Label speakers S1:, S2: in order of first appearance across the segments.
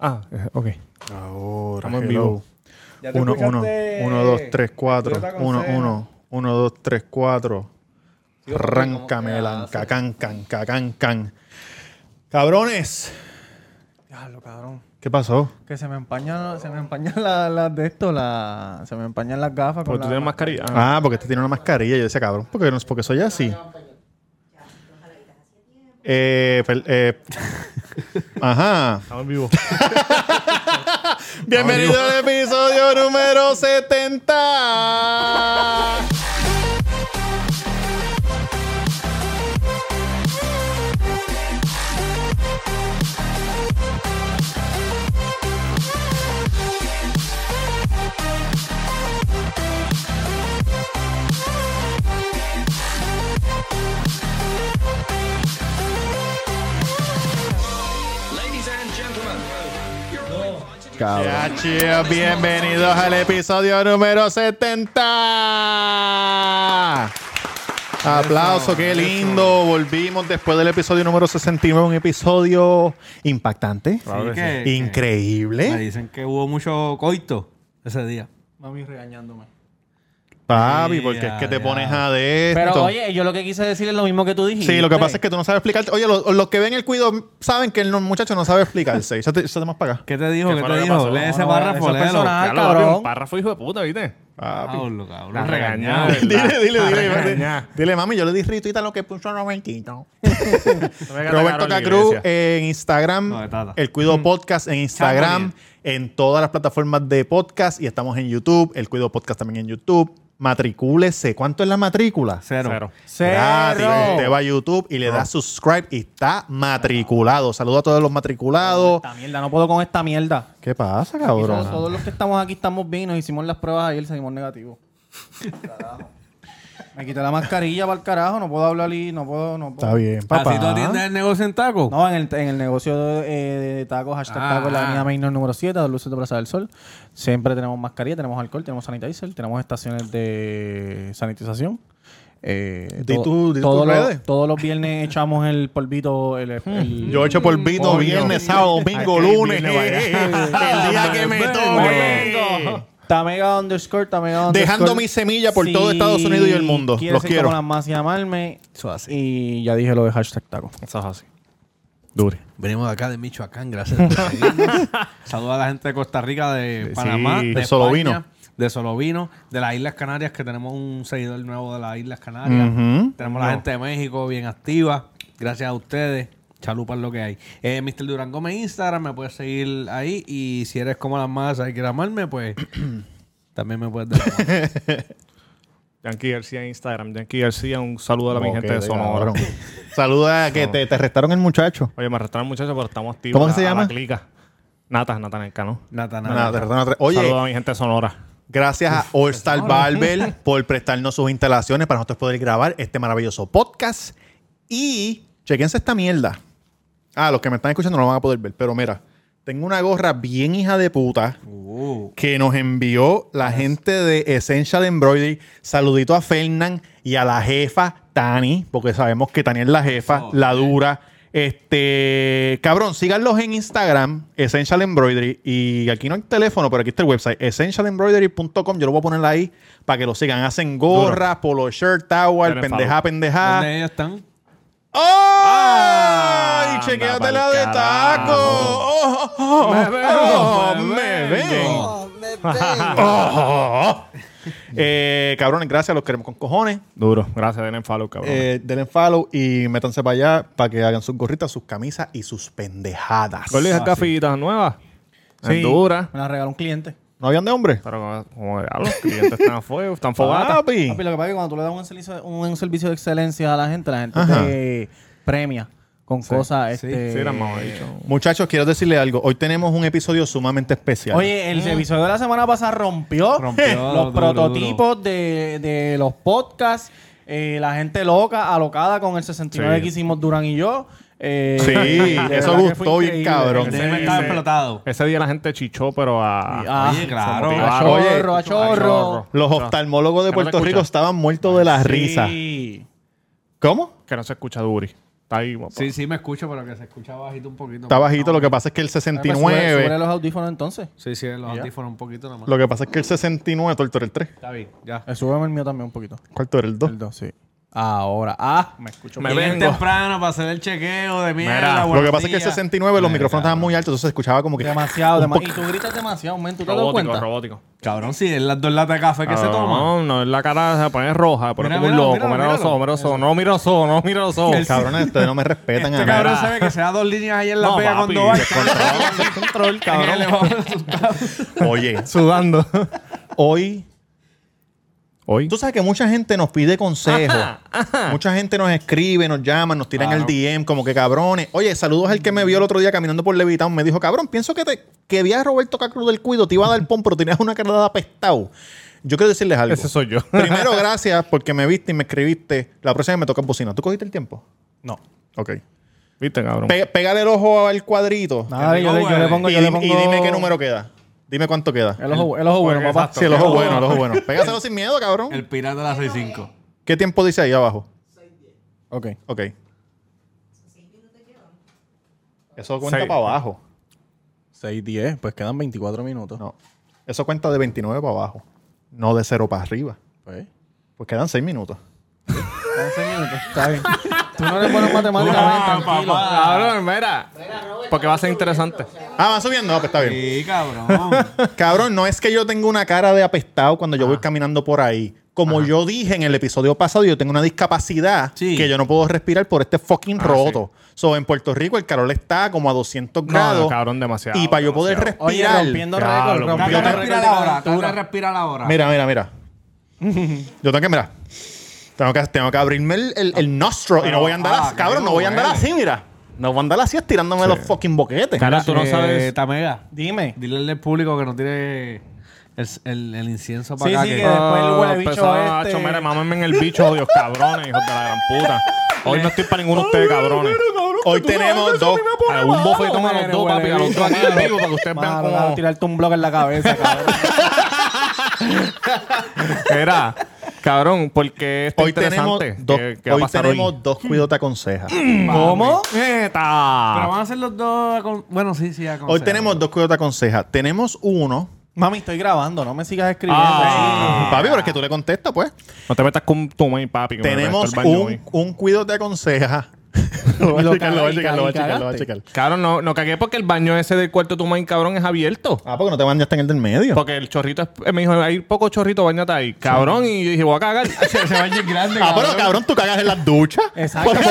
S1: Ah, eh, ok.
S2: Ahora,
S1: Estamos en
S2: hello.
S1: vivo.
S2: 1, 1, 1, 2, 3, 4.
S3: Toyota con
S2: 1,
S3: cena.
S2: 1, 1, 2, 3,
S3: Digo,
S2: 4.
S3: papi, ¿cómo que
S2: Ráncamelan,
S3: hace?
S2: cacán, can, cacán, can. Cabrones,
S3: Diablo, cabrón.
S2: ¿qué pasó?
S3: Que se me empañan, se me empañan las las de esto, la, se me empañan las gafas.
S1: Porque
S3: con
S1: tú
S3: la-
S1: tienes mascarilla. Ah,
S2: Ah, porque este tiene una mascarilla. Yo decía, cabrón, porque, no- porque soy así. Eh, pel- eh, ajá.
S1: Estamos en vivo.
S2: Bienvenido al episodio número 70.
S3: Cabrón.
S2: Ya, chicos, bienvenidos al episodio número 70. Aplauso, qué lindo. Volvimos después del episodio número 69, un episodio impactante,
S1: Claro que sí.
S4: Me
S2: increíble.
S4: dicen que hubo mucho coito ese día.
S3: Mami regañándome.
S2: Papi, porque es que te
S4: Ya,
S2: pones
S4: ya.
S2: a de esto.
S5: Pero oye, yo lo que quise decir es lo mismo que tú dijiste.
S2: Sí, lo que pasa es que tú no sabes explicarte. Oye, los, los que ven el cuido saben que el no- muchacho no sabe explicarse. Échate échate más para acá.
S4: ¿Qué te dijo?
S1: ¿Qué
S4: ¿Qué,
S1: fue lo
S4: te
S1: que
S4: dijo?
S1: pasó?
S4: Lee ese
S3: No,
S4: párrafo,
S3: eso es
S4: léelo.
S3: personal. Ah,
S1: Ya lo papi,
S5: cabrón.
S1: Un párrafo hijo de puta, ¿viste?
S2: Papi.
S4: Pablo, cabrón.
S1: La regañada,
S4: regañado.
S1: ¿verdad? La
S2: Dile, dile, dile, dile.
S1: regañá.
S2: Dile, mami, yo le di retweet a lo que puso Robertito.
S1: No me
S2: Roberto
S1: atacaron la
S2: Cacruz
S1: iglesia.
S2: eh, en Instagram,
S4: No, de Tata.
S2: el Cuido
S1: Mm.
S2: Podcast en Instagram,
S4: Chamberlain.
S2: en todas las plataformas de podcast y estamos en YouTube, el Cuido Podcast también en YouTube. Matricúlese. ¿Cuánto es la matrícula?
S4: Cero.
S1: Cero.
S2: Gratis.
S5: Cero.
S2: Usted va a YouTube y le da subscribe y está matriculado. Saludo a todos los matriculados.
S5: Esta mierda, no puedo con esta mierda.
S2: ¿Qué pasa,
S5: Y todos,
S2: cabrón?
S5: todos los que estamos aquí estamos bien, nos hicimos las pruebas ayer, salimos negativos. Carajo. Me quité la mascarilla para el carajo, no puedo hablar y no puedo, no
S2: Está
S5: puedo.
S2: bien,
S4: ¿Así tú atiendes
S2: papá.
S4: el negocio en taco?
S5: No, en el, en el negocio de, eh, de tacos, hashtag
S4: Ah.
S5: tacos, la avenida Mainor número 7, dos luces de Plaza del Sol. Siempre tenemos mascarilla, tenemos alcohol, tenemos sanitizer, tenemos estaciones de sanitización. Eh,
S2: Di
S5: todo-
S2: tú- di
S5: todos
S2: tus
S5: los-
S2: redes. Hmm.
S5: todos los viernes echamos el polvito, el, el-
S2: Yo echo polvito
S5: Coño.
S2: viernes, sábado, domingo,
S1: Aquí
S2: lunes.
S1: viene,
S2: El día que me toque.
S5: Tamega underscore, Tamega underscore.
S2: Dejando mi semilla por todo Estados Unidos y el mundo.
S5: quieres
S2: Los
S5: ser
S2: quiero.
S5: como las más llamarme.
S4: Eso es así.
S5: Y ya dije lo de hashtag taco.
S1: Eso es así. Dure.
S4: Venimos de acá de Michoacán, gracias por seguirnos. Saluda a la gente de Costa Rica, de
S1: Sí,
S4: Panamá,
S2: de
S4: de,
S2: Solovino.
S4: España, De Solovino, de las Islas Canarias, que tenemos un seguidor nuevo de las Islas Canarias.
S2: Ujú.
S4: Tenemos la gente de México bien activa. Gracias a ustedes. Chalupa es lo que hay. Eh, Mr. Durán Gómez en Instagram, me puedes seguir ahí. Y si eres como las masas y quieres amarme, pues también me puedes dar.
S1: Yankee García en Instagram. Yankee García, un saludo a la mi gente de
S2: Ok,
S1: Sonora.
S2: cabrón. Saluda a que te, te arrestaron el muchacho.
S1: Oye, me arrestaron muchachos, pero estamos activos.
S2: ¿Cómo que
S1: A-
S2: se
S1: a la
S2: llama?
S1: clica. Natas, Natanel Cano.
S2: No, no, te
S4: Natanel.
S2: arrestaron a tres. Oye,
S1: Saludo a mi gente de Sonora.
S2: gracias a All Star Barber por prestarnos sus instalaciones para nosotros poder grabar este maravilloso podcast. Y chequense esta mierda. Ah, los que me están escuchando no lo van a poder ver, pero mira, tengo una gorra bien hija de puta
S4: Uh,
S2: que nos envió la gente de Essential Embroidery. Saludito a Fernán y a la jefa Tani, porque sabemos que Tani es la jefa, la dura. Este, cabrón, síganlos en Instagram, Essential Embroidery. Y aquí no hay teléfono, pero aquí está el website, essentialembroidery.com. Yo lo voy a poner ahí para que lo sigan. Hacen gorras, polo shirt, towel,
S1: Dale
S2: pendejá,
S1: follow.
S2: pendejá.
S4: ¿Dónde ellos están?
S2: ¡Ay!
S1: Anda
S2: Chequéate
S1: pa'l
S2: la de
S1: carajo.
S2: taco. Oh, oh, oh,
S1: Me vengo,
S2: oh,
S1: me
S2: me
S1: vengo.
S2: vengo. Oh. Eh, cabrones, gracias, los queremos con cojones.
S1: Duro. Gracias, denle follow, cabrón.
S2: Eh, denle follow y métanse para allá para que hagan sus gorritas, sus camisas y sus pendejadas.
S1: ¿Cuáles esas gafitas nuevas?
S2: ah, Sí.
S1: Sí. Honduras.
S5: Me la regaló un cliente.
S2: ¿No habían de hombre?
S1: Pero como, como ya los clientes están a fuego, están fogatas.
S2: Papi.
S5: Papi, lo que pasa es que cuando tú le das un servicio, un servicio de excelencia a la gente, la gente
S2: Ajá.
S5: te premia con cosas.
S4: sí,
S5: este,
S1: Sí, era más dicho.
S2: Muchachos, quiero decirle algo. Hoy tenemos un episodio sumamente especial.
S5: Oye, el episodio de la semana pasada rompió,
S4: Rompió,
S5: los
S4: duro,
S5: prototipos De, de los podcasts, eh, la gente loca, alocada con el 69
S1: Sí.
S5: que hicimos Durán y yo. Eh,
S2: Sí,
S5: de
S2: eso
S5: verdad que fue
S2: gustó bien
S5: increíble.
S2: cabrón.
S4: El tema está explotado.
S1: Ese día la gente chichó, pero a.
S5: Ah,
S4: Oye, claro.
S1: se
S5: A
S1: motivaron.
S2: Oye,
S5: chorro, a chorro.
S2: los oftalmólogos de
S1: que no se
S2: Puerto
S1: escucha.
S2: Rico estaban muertos de la risa.
S5: Sí.
S2: ¿Cómo?
S1: Que no se escucha Duri. Está ahí, papá.
S4: Sí, sí, me escucho, pero que se escucha bajito un poquito.
S2: Está bajito, lo que pasa es que el
S5: Pues, sube-
S2: 69.
S5: sube los audífonos entonces.
S4: Sí, sí, los audífonos un poquito nomás.
S2: Lo que pasa es que el 69, tú era el 3.
S4: Está bien, ya.
S5: Eh, súbeme el mío también un poquito.
S2: ¿Cuál tú era el 2?
S5: El 2, sí. Ahora. Ah,
S1: Me escucho.
S4: Me ven temprano para hacer el chequeo de mierda.
S1: Mira,
S2: Lo que pasa es que el 69 los micrófonos estaban muy altos, entonces se escuchaba como que.
S5: demasiado,
S2: un
S5: demasiado.
S2: poco-
S5: Y tú gritas demasiado, men, ¿tú te das
S1: Robótico,
S5: cuenta?
S1: robótico.
S4: Cabrón, si es las dos latas de café que se toma.
S1: Ah, No, no, es la cara se pone roja, se pone
S4: Mira,
S1: como un loco.
S4: míralo, míralo,
S1: Mira los
S4: míralo.
S1: ojos, mira los ojos. No mira los ojos, no mira los ojos.
S2: Cabrones, ustedes no me respetan
S4: Este
S2: a
S4: cabrón
S2: mí.
S4: sabe que se da dos líneas ahí en la
S1: No,
S4: pega
S1: papi,
S4: cuando va.
S1: descontrol, descontrol,
S4: Le
S1: cabrón.
S4: va a asustar.
S2: Oye,
S1: Sudando.
S2: hoy.
S1: Hoy.
S2: Tú sabes que mucha gente nos pide consejos. Mucha gente nos escribe, nos llama, nos tiran el DM, como que cabrones. Oye, saludos al que me vio el otro día caminando por Levitown. Me dijo, cabrón, pienso que te que vi a Roberto Cacruz del Cuido, te iba a dar pon, pero tenías una cara de apestado. Yo quiero decirles algo.
S1: Ese soy yo.
S2: Primero, gracias porque me viste y me escribiste. La próxima vez me toca en bocina. ¿Tú cogiste el tiempo?
S1: No.
S2: Ok.
S1: ¿Viste, cabrón?
S2: Pe- pégale el ojo al cuadrito.
S5: Nada, yo, le- yo le pongo,
S2: y,
S5: Ah, yo le
S2: dim-
S5: pongo...
S2: y dime qué número queda. Dime cuánto queda.
S5: El ojo, el ojo bueno,
S1: Porque
S5: papá.
S1: exacto.
S2: Sí, el ojo bueno, el ojo bueno. Pégaselo sin miedo, cabrón.
S4: El pirata de la 65.
S2: ¿Qué tiempo dice ahí abajo?
S5: Ok.
S2: Ok. Eso cuenta
S1: Seis.
S2: para abajo.
S5: 6, 10, pues quedan 24 minutos.
S2: No. Eso cuenta de 29 para abajo. No de 0 para arriba.
S5: Pues,
S2: Pues quedan 6 minutos.
S5: quedan seis minutos. Está bien. Tú no eres bueno en matemáticas,
S4: Ah,
S5: ven, tranquilo.
S4: papá.
S1: Cabrón, mira. Porque va a ser interesante.
S2: Ah, va subiendo. Ah, pues está bien.
S4: Sí, cabrón.
S2: Cabrón, no es que yo tenga una cara de apestado cuando yo voy caminando por ahí. Como yo dije en el episodio pasado, yo tengo una discapacidad
S4: Sí.
S2: que yo no puedo respirar por este fucking
S1: Ah,
S2: roto. So, en Puerto Rico el calor está como a 200 grados.
S1: no, cabrón, demasiado,
S2: Y para yo poder
S1: demasiado.
S5: Oye,
S2: respirar.
S5: rompiendo
S1: Claro,
S5: récord,
S1: rompiendo
S5: rompiendo
S4: Tata
S1: Yo-
S4: respira
S5: récord de
S4: la hora.
S5: calentura.
S4: Tata respira la
S1: Ah.
S4: hora.
S2: Mira, mira, mira. Yo tengo que, mira. Tengo que, tengo que abrirme el, el, el nostro y no voy a andar
S4: Ah,
S2: así. Cabrón, no voy a
S1: eh.
S2: andar
S4: bueno.
S2: así, mira. No voy a andar así estirándome los fucking boquetes.
S1: Cara, tú no
S4: Eh,
S1: sabes.
S4: Tamega,
S5: Dime.
S4: dile al público que no tiene el, el, el incienso para
S5: Sí,
S4: acá.
S5: sí,
S4: que-
S5: que- después
S1: Ah,
S5: el huele bicho
S1: empezaba,
S5: este-
S1: "Acho, mira, mámenme en el bicho, odios cabrones, hijos de la gran puta. Hoy no estoy para ninguno de ustedes, cabrones.
S2: Hoy tenemos dos.
S1: A un bofetón a los
S5: Huele,
S1: dos,
S5: huele,
S1: papi, a los dos aquí en vivo, para que ustedes vean
S5: Mano, le va a
S1: cómo
S5: tirarte un blog en la cabeza, cabrón.
S1: era. Cabrón, porque esto es
S2: Hoy tenemos
S1: interesante.
S2: dos.
S1: que- que va a
S2: Hoy
S1: pasar
S2: tenemos dos cuido te aconseja.
S1: ¿Cómo?
S4: Pero
S1: ¡Eta!
S4: van a ser los dos. acon- Bueno, sí, sí.
S2: Hoy tenemos dos cuido te aconseja. Tenemos uno.
S5: Mami, estoy grabando, no me sigas escribiendo.
S1: Ah.
S2: Papi, pero es que tú le contestas, pues.
S1: No te metas con tu main, papi. que me
S2: Tenemos
S1: meto al baño
S2: un,
S1: hoy.
S2: un cuido te aconseja. lo voy a
S5: Lo
S2: checar, lo voy a
S5: caga-
S2: checar, lo voy a
S5: y
S2: checar, lo voy a
S5: cagaste.
S2: checar.
S1: Cabrón, no, no cagué porque el baño ese del cuarto de tu main, cabrón, es abierto.
S2: Ah, porque no te bañaste en el del medio.
S1: Porque el chorrito es- eh, me dijo, hay poco chorrito, bañate ahí. Cabrón, y yo dije, voy a cagar.
S4: Se va a ir grande.
S2: Ah, pero cabrón, tú cagas en las duchas.
S5: Exacto, por eso,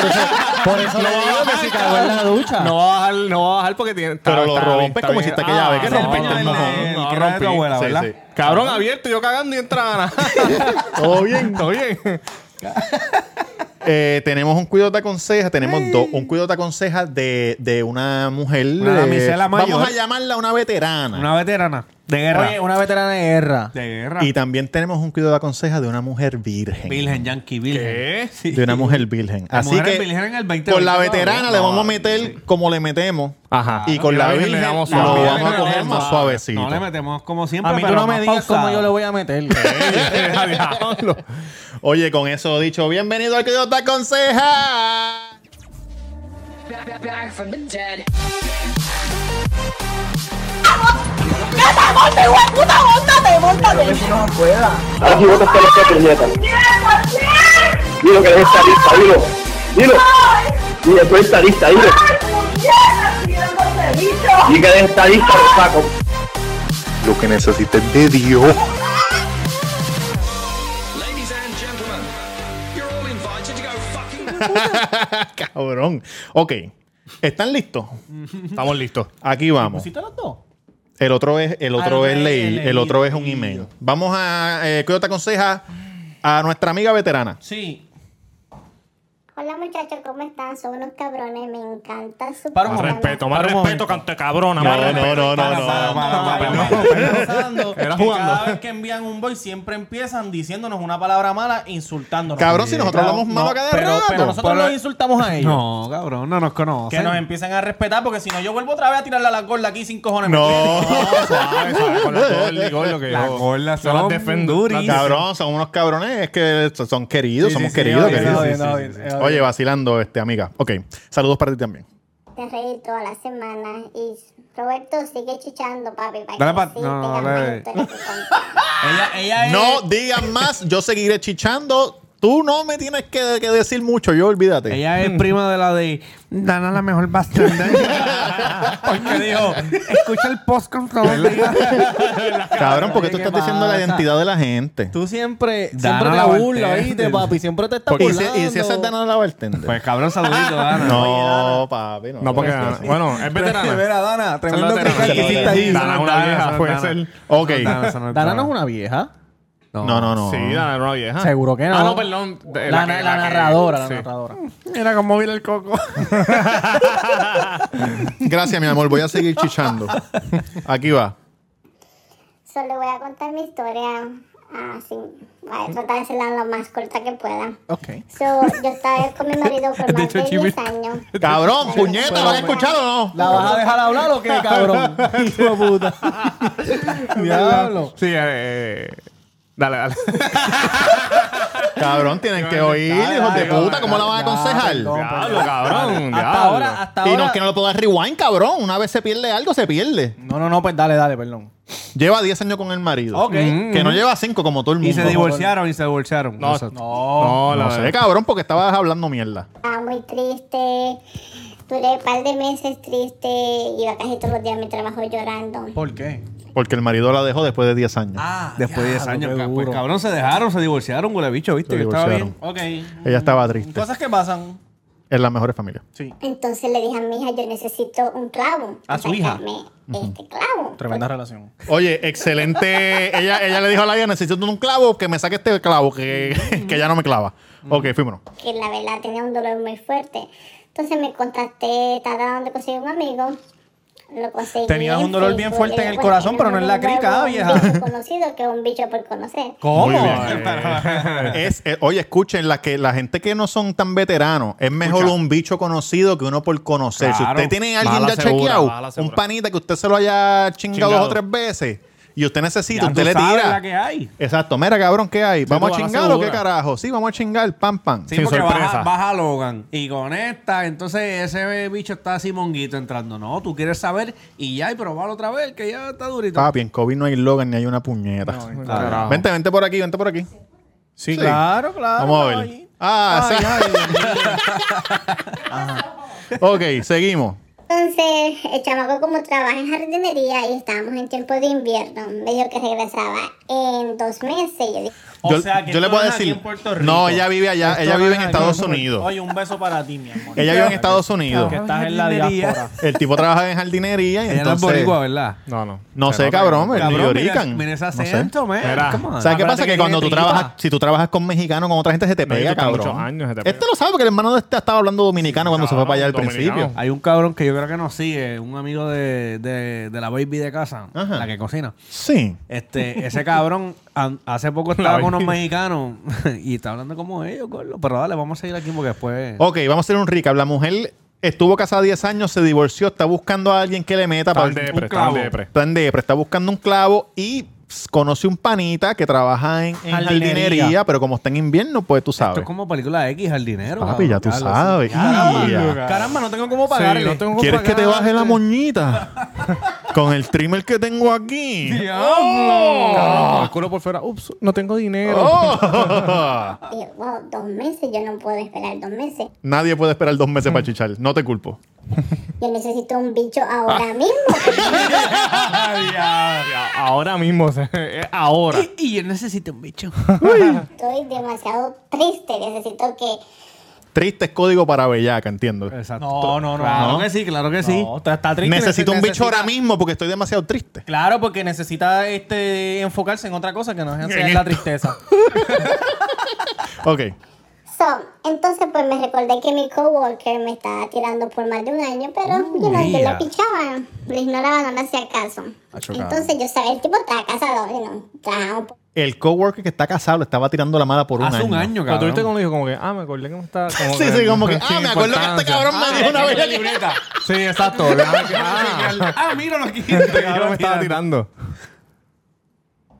S5: por eso le digo que se cagó en la ducha.
S1: No va a bajar, no va a bajar porque tiene.
S2: Pero lo rompes como hiciste aquella vez que
S1: no,
S2: rompiste el
S1: no,
S2: mojón.
S1: no,
S4: No,
S1: rompí.
S4: tu abuela,
S2: Sí,
S4: ¿verdad?
S2: sí.
S1: Cabrón abierto, yo cagando y entraba.
S2: Todo bien.
S1: Todo bien.
S2: Eh, tenemos un cuido te aconseja, tenemos dos. Un cuido te aconseja de, de una mujer.
S4: Una
S2: eh,
S4: damisela mayor.
S2: Vamos a llamarla una veterana.
S4: Una veterana de guerra.
S5: Oye, una veterana de guerra.
S4: de guerra.
S2: Y también tenemos un cuido te aconseja de una mujer virgen.
S4: Virgen, Yankee, Virgen.
S1: ¿Qué?
S4: Sí.
S2: De una mujer virgen.
S4: Las
S2: Así
S4: mujeres
S2: que
S4: virgen en el 2020
S2: con la
S4: todavía.
S2: veterana le
S4: No,
S2: vamos a meter como le metemos.
S1: Ajá.
S2: Y con
S1: Y
S2: la
S1: la virgen
S2: virgen
S1: le
S2: lo
S1: damos
S2: vamos
S1: suave.
S2: a
S1: Le
S2: coger
S1: metemos
S2: más
S1: suave.
S2: suavecito.
S4: No le metemos como siempre.
S5: A mí tú
S4: pero
S5: no me
S4: más
S5: digas
S4: pausado.
S5: cómo yo le voy a meter.
S1: Diablo.
S2: Oye, con eso dicho, bienvenido al cuido te aconseja.
S6: back, back from the dead.
S7: Ahora sí votas por esta puñeta. Dilo que eres estadista, dilo. Dilo. Dilo, tú eres estadista, dilo. Y que eres estadista, lo saco.
S8: lo que necesites de Dios.
S2: Cabrón. Ok. ¿Están listos?
S1: Estamos listos.
S2: Aquí vamos.
S5: ¿Pusiste los dos?
S2: El otro es, el otro
S5: Ah,
S2: es
S5: el
S2: leí, el
S5: leído.
S2: otro es un email. Vamos a eh, ¿qué te aconseja a nuestra amiga veterana?
S5: Sí.
S9: Hola muchachos, ¿cómo están? Son unos cabrones, me encanta su
S5: Para un
S1: Más
S5: momento.
S9: programa.
S1: respeto, más respeto, cante cabrona. más respeto.
S2: no,
S4: Para, para, para, para, para.
S5: Pensando
S1: Era
S5: que
S1: jugando.
S5: Cada vez que envían un voice siempre empiezan diciéndonos una palabra mala, insultándonos.
S2: Cabrón, si nosotros hablamos malo
S5: no,
S2: cada
S5: pero,
S2: rato.
S5: Pero nosotros
S4: Pero-
S5: los insultamos a ellos.
S4: No, cabrón, no nos
S5: Que
S4: conoce.
S5: nos empiecen a respetar, porque si no, yo vuelvo otra vez a tirarle a la gorda aquí sin cojones.
S2: No.
S1: Suave, suave, con la gorda y gordo que
S4: Las
S1: yo-
S4: gordas
S1: yo las
S4: son
S1: defiendo.
S4: durísimas.
S2: Cabrón, son unos cabrones, es que son queridos,
S5: Sí, sí,
S2: somos
S5: sí,
S2: queridos.
S5: sí,
S2: que-
S5: sí,
S2: sí,
S5: sí,
S2: sí,
S5: sí,
S2: sí,
S5: sí,
S2: sí.
S5: sí, sí.
S3: todavía.
S2: Oye, vacilando, este, amiga. Ok, saludos para ti también.
S9: Te reí toda la semana. Y Roberto sigue chichando, papi. Para
S4: Dale
S9: que
S4: pa-
S9: sí
S4: no,
S9: tengas
S4: dale.
S9: más historias que contar.
S4: Ella, ella es-
S2: No digas más, yo seguiré chichando. Tú no me tienes que, que decir mucho, yo olvídate.
S4: Ella es prima de la de Dana la mejor bastante. Porque dijo, escucha el post con
S2: Cabrón, porque tú
S3: ¿Qué
S2: estás diciendo la
S3: pasa?
S2: identidad de la gente.
S3: Tú siempre,
S4: Dana
S3: siempre
S4: la
S3: te burlas,
S4: bartender.
S3: ¿viste, papi? Siempre te estás
S2: Y si,
S3: burlando.
S2: y si esa es Dana la bartender.
S4: Pues cabrón, saludito, Dana.
S2: no, papi, no. ah,
S1: No, porque.
S2: Eso es
S1: Dana-
S2: así.
S1: Bueno, es veterana.
S3: Mira, Dana, tremendo
S1: Saludos,
S3: que
S1: Dana.
S3: hiciste
S1: Saludos,
S3: ahí.
S1: Dana. Dana es una vieja,
S4: Dana,
S1: puede
S4: Dana.
S1: ser.
S2: Ok.
S4: Dana, esa es
S5: Dana no es una vieja.
S2: No, no, no.
S1: Sí, Dana era una vieja.
S5: Seguro que no.
S1: Ah, no, perdón. De-
S5: La,
S1: que-
S5: na- la
S1: que-
S5: narradora, la
S1: sí.
S5: narradora.
S4: Mira cómo vira el coco.
S2: Gracias, mi amor. Voy a seguir chichando. Aquí va.
S9: Solo le voy a contar mi historia así. Voy a tratar de hacerla lo más corta que pueda.
S5: Ok.
S9: So, yo estaba con mi marido por más de 10 años.
S2: Cabrón, puñeta, ¿lo has escuchado o no?
S3: ¿La vas a dejar hablar o qué, cabrón? Hijo de puta. Diablo.
S1: Sí, eh. eh, Dale, dale.
S2: Cabrón, tienen que oír, hijos de puta. ¿Cómo la van a aconsejar?
S1: Diablo, cabrón.
S5: Hasta
S1: diablo.
S5: ahora, hasta
S2: Y
S5: ahora.
S2: no, que no lo puedo dar rewind, cabrón. Una vez se pierde algo, se pierde.
S5: No, no, no, pues dale, dale, perdón.
S2: Lleva 10 años con el marido.
S5: Ok.
S2: Que no lleva 5 como todo el mundo.
S4: Y se divorciaron, y se divorciaron.
S1: No,
S4: Exacto.
S1: No, la
S2: No sé, cabrón, porque estabas hablando mierda.
S9: Estaba muy triste. Duré un par de meses triste. Iba casi todos los días a mi trabajo llorando.
S5: ¿Por qué?
S2: Porque el marido la dejó después de 10
S5: Ah,
S2: años.
S4: Después de 10
S5: Diablo,
S4: años,
S5: qué
S4: ca- pues,
S5: duro.
S4: cabrón, se dejaron, se divorciaron, huele bicho, ¿viste?
S2: Se
S4: Que estaba bien.
S2: divorciaron.
S4: Ok.
S2: Ella estaba triste.
S5: Cosas que pasan.
S2: Es la mejor familia.
S9: Entonces le dije a mi hija, yo necesito un clavo.
S4: ¿A su hija?
S9: Sacarme Este clavo.
S5: Tremenda relación.
S2: Oye, excelente. ella, ella le dijo a la vida, necesito un clavo, que me saque este clavo, que, que ya no me clava. Ok, fuimos.
S9: que la verdad tenía un dolor muy fuerte. Entonces me contacté, trataba de conseguir un amigo. Lo conseguí.
S5: Tenías
S9: en
S5: un dolor bien
S9: Facebook,
S5: fuerte
S9: y
S5: en el
S9: bueno,
S5: corazón,
S9: era
S5: pero no en la
S9: un
S5: crica,
S9: huevo,
S5: ah,
S9: un
S5: vieja.
S9: bicho conocido que es un bicho por conocer.
S2: Muy
S4: ¿Cómo?
S2: bien. Es, eh, oye, escuchen, la, que, la gente que no son tan veteranos, es mejor
S1: Escucha.
S2: un bicho conocido que uno por conocer. Si
S1: Claro.
S2: usted tiene a alguien
S1: Mala
S2: ya
S1: segura,
S2: chequeado,
S1: mala segura.
S2: un panita que usted se lo haya chingado,
S1: Chingado.
S2: dos o tres veces, y usted necesita,
S4: Ya
S2: usted
S4: tú
S2: le
S4: sabes
S2: tira.
S4: la que hay.
S2: Exacto, mira cabrón, ¿qué hay?
S1: tú
S2: ¿Vamos a
S1: vas a
S2: chingar o qué
S1: segura.
S2: carajo? Sí, vamos a chingar, pam, pam.
S4: Sí,
S1: Sin
S4: porque
S1: sorpresa.
S4: baja, baja Logan y conecta. Entonces ese bicho está así monguito entrando. No, tú quieres saber y ya, y probarlo otra vez, que ya está durito.
S2: Papi, en COVID no hay Logan ni hay una puñeta.
S1: Carajo.
S2: vente, vente por aquí, vente por aquí.
S5: Sí,
S2: Sí.
S5: claro, claro.
S2: Vamos a ver.
S5: ahí.
S2: Ah,
S5: Ay,
S2: esa-
S5: ay,
S2: ok, seguimos.
S9: Entonces el chamaco como trabaja en jardinería y estábamos en tiempo de invierno, me dijo que regresaba en dos meses. Yo dije,
S2: yo yo le puedo decir. No, ella vive allá, ella vive en Estados Unidos.
S5: Oye, un beso para ti, mi amor.
S2: Ella vive en Estados Unidos.
S5: Que estás en la diáspora.
S2: El tipo trabaja en jardinería y
S4: Ella no es
S2: entonces...
S4: boricua, ¿verdad?
S1: No, no.
S2: No
S1: Se
S2: sé,
S1: nota
S2: cabrón,
S1: que-
S2: el New
S4: mira,
S2: Yorican.
S4: mira ese
S2: No sé.
S4: acento, man.
S1: Mira.
S4: Come on.
S2: ¿Sabes qué pasa?
S4: Acuérdate
S2: Que, cuando tú
S4: Ah, tiene
S2: trabajas,
S4: tripa.
S2: si tú trabajas con mexicanos, con otra gente se te
S1: No, y
S2: pega,
S1: tú te
S2: cabrón.
S1: muchos años se te
S2: Este
S1: pega.
S2: lo sabe porque el hermano de este estaba hablando dominicano cuando se fue para allá al
S1: Dominicano.
S2: principio.
S4: Hay un cabrón que yo creo que nos sigue, un amigo de, de, de la baby de casa,
S2: Ajá.
S4: la que cocina.
S2: Sí.
S4: Este, ese cabrón an- hace poco estaba con unos
S1: baby.
S4: mexicanos y está hablando como ellos, gordo. Pero dale, vamos a seguir aquí porque después.
S2: Ok, vamos a hacer un recap. La mujer estuvo casada 10 años, se divorció, está buscando a alguien que le meta
S1: Están
S2: para
S1: depre,
S4: clavo.
S1: están depre.
S2: Está en depre, está buscando un clavo y pss, conoce un panita que trabaja en, en
S5: Jardinería.
S2: jardinería, pero como está en invierno, pues tú
S4: Esto
S2: sabes.
S4: es como película X, al dinero.
S2: Papi, ya tú sabes. Ya.
S5: Caramba, no tengo cómo pagarle.
S1: Sí, no tengo
S2: ¿Quieres que te
S1: pagar. Oh.
S2: baje la moñita? Con el trimmer que tengo aquí.
S1: Cabrón, el culo por fuera. Ups, no tengo dinero.
S2: Oh.
S9: dije, wow, dos meses, yo no puedo esperar dos meses.
S2: Nadie puede esperar dos meses para chichar. No te culpo.
S9: Yo necesito un bicho
S5: Ah.
S9: ahora mismo.
S1: Ya, Ahora mismo, o sea, es ahora.
S4: Y, y yo necesito un bicho.
S9: Estoy demasiado triste, necesito que
S2: Triste es código para bellaca, entiendo.
S4: Exacto.
S5: No, no, no.
S4: Claro
S5: no.
S4: que sí, claro que sí.
S5: No, está, está triste.
S2: Necesito un bicho
S5: necesita-
S2: ahora mismo porque estoy demasiado triste.
S5: Claro, porque necesita este enfocarse en otra cosa que no es hacer la tristeza.
S2: Ok.
S9: So, entonces pues me recordé que mi coworker me estaba tirando por más de un año, pero yo, no, yo
S4: mira.
S9: lo pichaba, le ignoraba, no le hacía caso. Entonces yo sabía, el tipo estaba casado, y no, trabajaba por
S2: El coworker que está casado le estaba tirando la mala por un
S4: Hace
S2: año.
S4: un año,
S1: Cuando
S4: cabrón.
S1: viste como dijo, como que, ah, me acordé que me estaba. Como
S2: Sí, sí, como que. Ah, me acuerdo que este cabrón
S4: Ah,
S2: me dijo una vez.
S4: la libreta.
S1: Sí, exacto. déjame que- Ah,
S4: ah, míralo aquí.
S1: este cabrón me estaba tirando.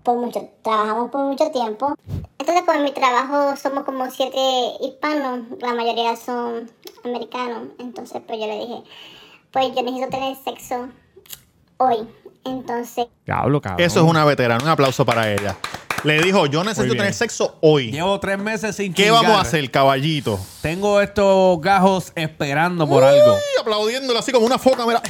S9: por mucho, trabajamos por mucho tiempo. Entonces, pues en mi trabajo somos como siete hispanos, la mayoría son americanos. Entonces, pues yo le dije, pues yo necesito tener sexo hoy. Entonces,
S1: Diablo, cabrón.
S2: Eso es una veterana. Un aplauso para ella. Le dijo, yo necesito
S1: Muy bien.
S2: tener sexo hoy.
S4: Llevo tres meses sin
S2: ¿Qué
S4: chingar.
S2: vamos a hacer, caballito?
S4: Tengo estos gajos esperando
S2: Uh,
S4: por algo.
S2: Y aplaudiéndole así como una foca, mira.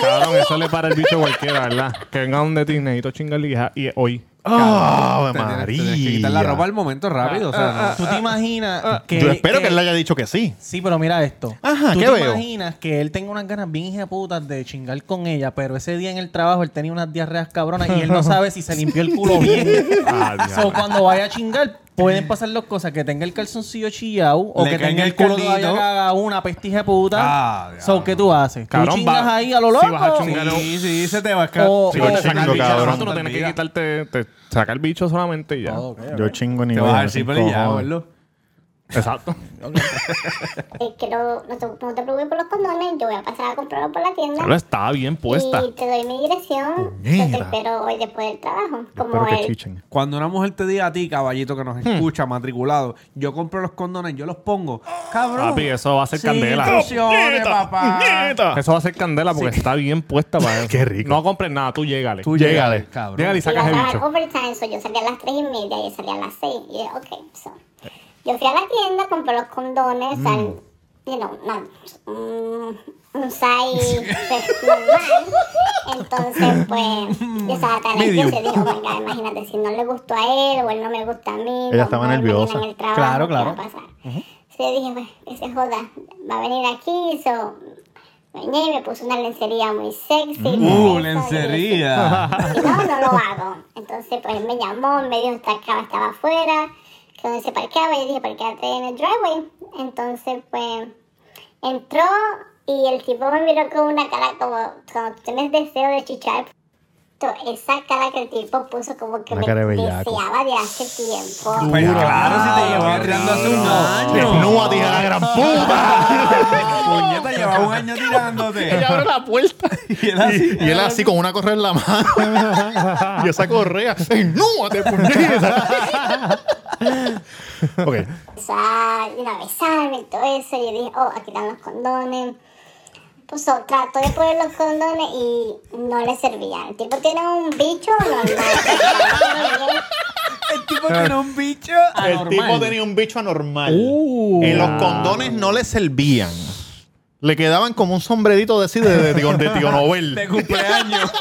S1: Cabrón, eso le para el bicho a cualquiera, ¿verdad? Que venga donde Disney, necesito chingar lija y hoy.
S2: ¡Ah,
S4: Te tienes- te tienes que quitar la ropa al momento rápido. o sea, no.
S5: ¿Tú te imaginas que...
S2: Yo espero que él le haya dicho que sí.
S5: Sí, pero mira esto.
S2: Ajá,
S5: ¿Tú
S2: ¿qué
S5: te
S2: veo?
S5: imaginas que él tenga unas ganas bien hijaputas de chingar con ella, pero ese día en el trabajo él tenía unas diarreas cabronas y él no sabe si se limpió el culo bien?
S1: Ah,
S5: O
S1: diablo.
S5: cuando vaya a chingar, pueden pasar dos cosas: que tenga el calzoncillo chillado o
S4: Le
S5: que
S4: caen
S5: tenga
S4: el
S5: el culo
S4: caldito.
S5: todavía cagado, una pestija puta.
S4: Ah,
S5: so,
S4: diablo.
S5: ¿qué tú haces? ¿Tú
S1: Cabrón,
S5: chingas
S1: va-
S5: ahí a lo loco?
S1: si vas a chingar-
S5: ah.
S4: Sí, sí, se te va a escapar.
S5: O-
S1: Si
S5: o-
S1: vas a
S2: chingo,
S1: sacar el bicho,
S2: oh, cabrón.
S1: no, tú no tienes que quitarte, te saca el bicho solamente y ya.
S2: Yo chingo ni
S4: Te
S2: idea,
S4: vas a dar
S2: sin
S4: simple y ya,
S2: cojones.
S4: ¿verdad?
S1: Exacto.
S9: eh, quiero, no te, no te preocupes por los condones, yo voy a pasar a comprarlos por la tienda.
S1: Ahora está bien puesta.
S9: Y te doy mi dirección. Yo
S2: Puñeta.
S9: te espero hoy después del trabajo.
S2: Espero
S9: Como
S2: que
S9: él.
S2: chichen.
S4: Cuando una mujer te diga a ti, caballito que nos escucha, matriculado, yo compro los condones, yo los pongo. Cabrón.
S1: Papi, eso va a ser
S4: sin
S1: candela.
S4: instrucciones, papá.
S1: Eso va a ser candela porque está bien puesta para eso.
S2: Qué rico.
S1: No compres nada, tú llégale.
S4: Tú
S2: Llégale.
S4: llégale, cabrón.
S1: Llégale y
S9: Y
S1: sacas el
S9: iba a
S1: bicho.
S9: trabajar overtime, so yo salía a las 3 y media y él salía a las 6. Y yo, ok, so. Yo fui a la tienda, compré los condones, al, you know, na- un, un size pues, normal. Entonces, pues, yo estaba tan nerviosa. Yo dije, oh my God, imagínate, si no le gustó a él o él no me gusta a mí.
S2: Ella
S9: no
S2: estaba
S9: me imaginan
S2: nerviosa.
S9: el trabajo,
S5: Claro,
S9: ¿qué va a
S5: claro.
S9: pasar? So, yo dije, pues, que se joda, va a venir aquí, so... me Bañé, me puse una lencería muy sexy.
S4: Uh,
S9: perfecta, y dije,
S4: lencería.
S9: y no, no lo hago. Entonces, pues él me llamó, me dijo que estaba, estaba afuera, que donde se parqueaba. Y yo dije, parqueate en el driveway. Entonces, pues entró y el tipo me miró con una cara como, cuando tú tienes deseo de chichar. to- Esa cara que el tipo puso como que
S2: Una
S9: me
S2: cara de bellaco.
S9: deseaba de hace tiempo.
S4: Pues claro, si te llevaba
S1: cabrón.
S4: tirando hace un año.
S2: Desnuda, dije la gran puta.
S4: Puñeta, llevaba un año tirándote.
S2: abre la puerta.
S4: Y él así.
S2: Y él así con una correa en la mano. y esa correa. ¡Desnúdate, puñeta! ok.
S9: empezó a ir a besarme y todo eso. Y yo dije, oh, aquí están los condones. Pues so, trató de poner los condones y no le servían. El tipo tiene un bicho normal.
S4: El tipo tiene un bicho.
S2: El tipo tenía un bicho anormal.
S4: Uh.
S2: En los condones no le servían. Le quedaban como un sombrerito de así de, de, tío- de tío
S4: De
S2: Nobel.
S4: cumpleaños.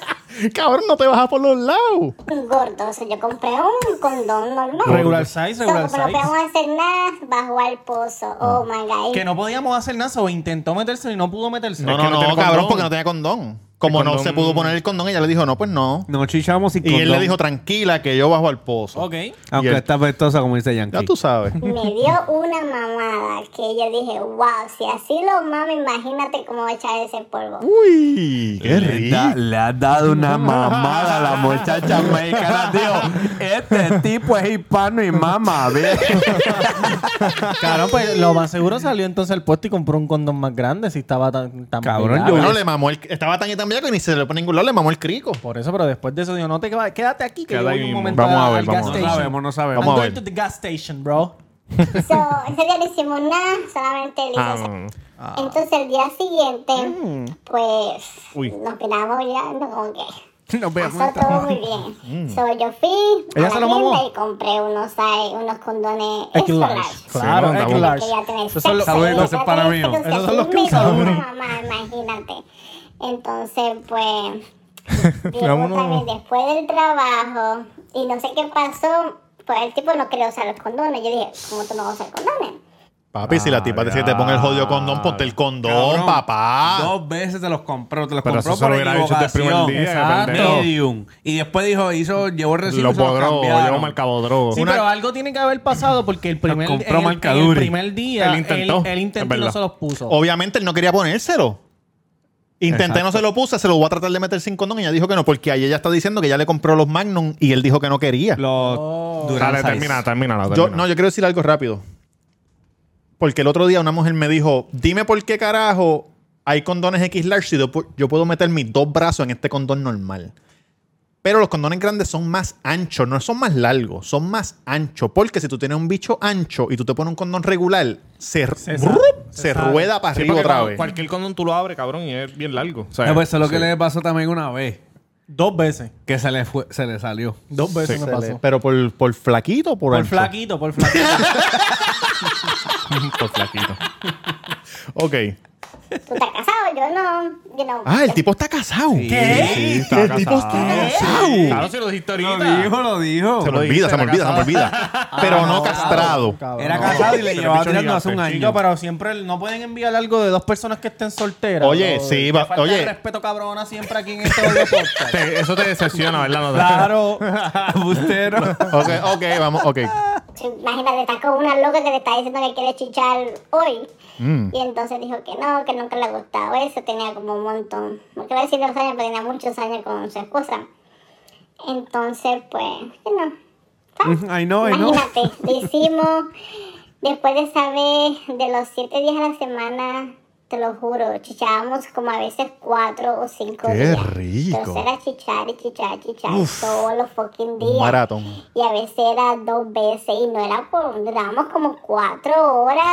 S2: Cabrón, no te bajas por los lados.
S9: un gordo. O sea, yo compré un condón normal.
S5: Regular size,
S9: So, como
S5: regular
S9: no
S5: size. Ah.
S9: podíamos hacer nada, bajó al pozo. Oh my god.
S5: Que no podíamos hacer nada, o intentó meterse y no pudo meterse.
S2: No,
S1: que
S2: no,
S1: no
S2: no,
S1: tiene
S2: cabrón,
S1: condón.
S2: porque no tenía condón. Como
S1: El
S2: no se
S1: condón-
S2: pudo poner el condón, ella le dijo, no, pues no.
S4: No chichamos sin
S2: Y él le dijo, tranquila, que yo bajo al pozo.
S5: Ok.
S4: Aunque
S2: y él-
S4: está pestosa, como dice Yankee.
S2: Ya tú sabes.
S9: Me dio una mamada que yo dije, wow, si así lo mama, imagínate cómo va a echar ese polvo.
S5: Uh.
S2: Uy, qué
S4: Le, da-
S2: rico.
S4: le ha dado una mamada a la muchacha mexicana, tío. Este tipo es hispano y mama, ¿ves?
S5: Cabrón, pues lo más seguro salió entonces al puesto y compró un condón más grande si estaba tan, tan
S4: Cabrón,
S5: pegado.
S4: yo-
S2: Bueno, le mamó el... Estaba tan y tan bellaco que ni se le pone ningún lado, le mamó el crico.
S5: Por eso, pero después de eso dijo, no te va- quédate aquí que
S1: Quédate
S5: yo voy
S1: ahí
S5: un
S1: mismo.
S5: momento
S2: Vamos a ver,
S5: al
S2: vamos
S5: gas
S2: a
S4: No
S2: ver.
S5: station.
S4: sabemos, no sabemos.
S5: I'm
S2: Vamos a
S5: going
S2: ver.
S5: to the gas station, bro.
S9: So, ese día no hicimos nada, solamente le hice
S1: Ah, no, no.
S9: Entonces el día siguiente,
S5: Mm.
S9: pues
S1: Uy.
S9: nos quedamos mirando como que
S4: Nos
S9: pasó todo muy bien. So, yo fui
S5: mm. ¿Ella
S9: a
S5: se
S9: la
S5: lo mamó?
S9: tienda y compré unos, ay, unos condones
S5: Extra
S9: extra
S5: large.
S9: large.
S5: Claro,
S1: Sí, no,
S5: extra
S1: no.
S5: large.
S9: Quería tener
S5: Esos son los-
S9: sexo,
S4: Saludos,
S9: quería
S4: ese es para
S9: tener
S4: mí.
S9: sexo,
S5: Esos son los que
S9: me
S5: usa
S9: dijo,
S5: uno.
S9: Mamá, imagínate. Entonces, pues Llegó
S1: Vámonos.
S9: también después del trabajo y no sé qué pasó, pues el tipo no quería usar los condones. Yo dije, ¿cómo tú no vas a usar condones?
S2: Papi, si la tipa te dice, te ponga el jodido condón, ponte el condón,
S4: Cabrón,
S2: papá.
S4: Dos veces te los compró, te los
S1: Pero
S4: compró
S1: eso se
S4: por
S1: lo hubiera dicho desde el primer
S4: equivocación.
S1: día,
S4: Exacto.
S1: pendejo.
S4: Medium. Y después dijo, hizo, llevó el recibo,
S1: Lo
S4: se lo
S1: podró,
S4: cambiaron.
S1: llevo mal cabo drogo.
S5: Sí,
S2: Una-
S5: pero algo tiene que haber pasado porque el primer,
S4: compró
S5: en el- en el
S4: marcaduri.
S5: primer día
S1: Él
S5: él
S1: intentó.
S5: intentó, él,
S1: Es
S5: intentó y
S1: verdad.
S5: no se los puso.
S2: Obviamente él no quería ponérselo. Intenté, no
S1: Exacto.
S2: se lo puse, se lo voy a tratar de meter sin condón y ella dijo que no, porque ahí ella está diciendo que ya le compró los Magnum y él dijo que no quería.
S4: Los Durán
S1: Dale,
S4: Size.
S1: termina, termina.
S2: Yo, no, yo quiero decir algo rápido. Porque el otro día una mujer me dijo, dime por qué carajo hay condones X large si yo, pu- yo puedo meter mis dos brazos en este condón normal. Pero los condones grandes son más anchos, no son más largos, son más anchos. Porque si tú tienes un bicho ancho y tú te pones un condón regular, se,
S5: sa-
S2: ¡brup! se rueda para
S1: Sí,
S2: arriba
S1: porque
S2: otra
S1: cuando-
S2: vez.
S1: Cualquier condón tú lo abres, cabrón, y es bien largo. O sea,
S4: Eh, pues, eso es lo que le pasó también una vez.
S5: Dos veces.
S4: Que se le, fue, se le salió.
S5: Dos veces
S2: Se
S5: me
S2: le-
S5: pasó.
S2: Pero por, por flaquito o por,
S5: Por
S2: ancho?
S5: flaquito, por flaquito.
S1: Por flaquito.
S2: Ok.
S9: Tú estás casado, yo no. Yo no.
S2: Ah, el tipo está casado.
S1: Sí, está
S2: El tipo está
S1: casado.
S2: casado.
S1: Claro, si lo dijiste ahorita.
S4: lo dijo.
S2: Se me
S1: Lo
S2: olvida,
S1: dijiste,
S2: se me
S1: era
S2: olvida, se me olvida. Pero Ah, no castrado.
S5: Cabrón.
S4: Era casado y le
S1: Pero
S4: llevaba
S1: bicho
S4: tirando hace un
S1: gigante,
S4: año.
S5: Chico, pero siempre no pueden enviar algo de dos personas que estén solteras.
S2: Oye,
S5: bro.
S2: sí,
S5: Qué
S2: va-
S5: falta de
S2: oye.
S5: respeto cabrona siempre aquí en este audio podcast.
S1: Te- eso te decepciona, ¿verdad? No te-
S5: Claro.
S4: Bustero.
S2: Ok, ok, vamos, ok.
S9: Sí, Imagínate, estás con una loca que te está diciendo que quiere chichar hoy.
S2: Mm.
S9: Y entonces dijo que no, que nunca le ha gustado eso. Tenía como un montón. No quiero decir dos años, pero tenía muchos años con su esposa. Entonces, pues, you know.
S2: Mm,
S4: I know, I know.
S9: Imagínate, lo hicimos después de esa vez, de los siete días a la semana, te lo juro, chichábamos como a veces cuatro o cinco
S2: ¡Qué
S9: días.
S2: rico!
S9: Entonces era chichar y chichar, chichar
S2: Uf.
S9: todos los fucking días.
S2: Un maratón.
S9: Y a veces era dos veces y no era por, durábamos como cuatro horas.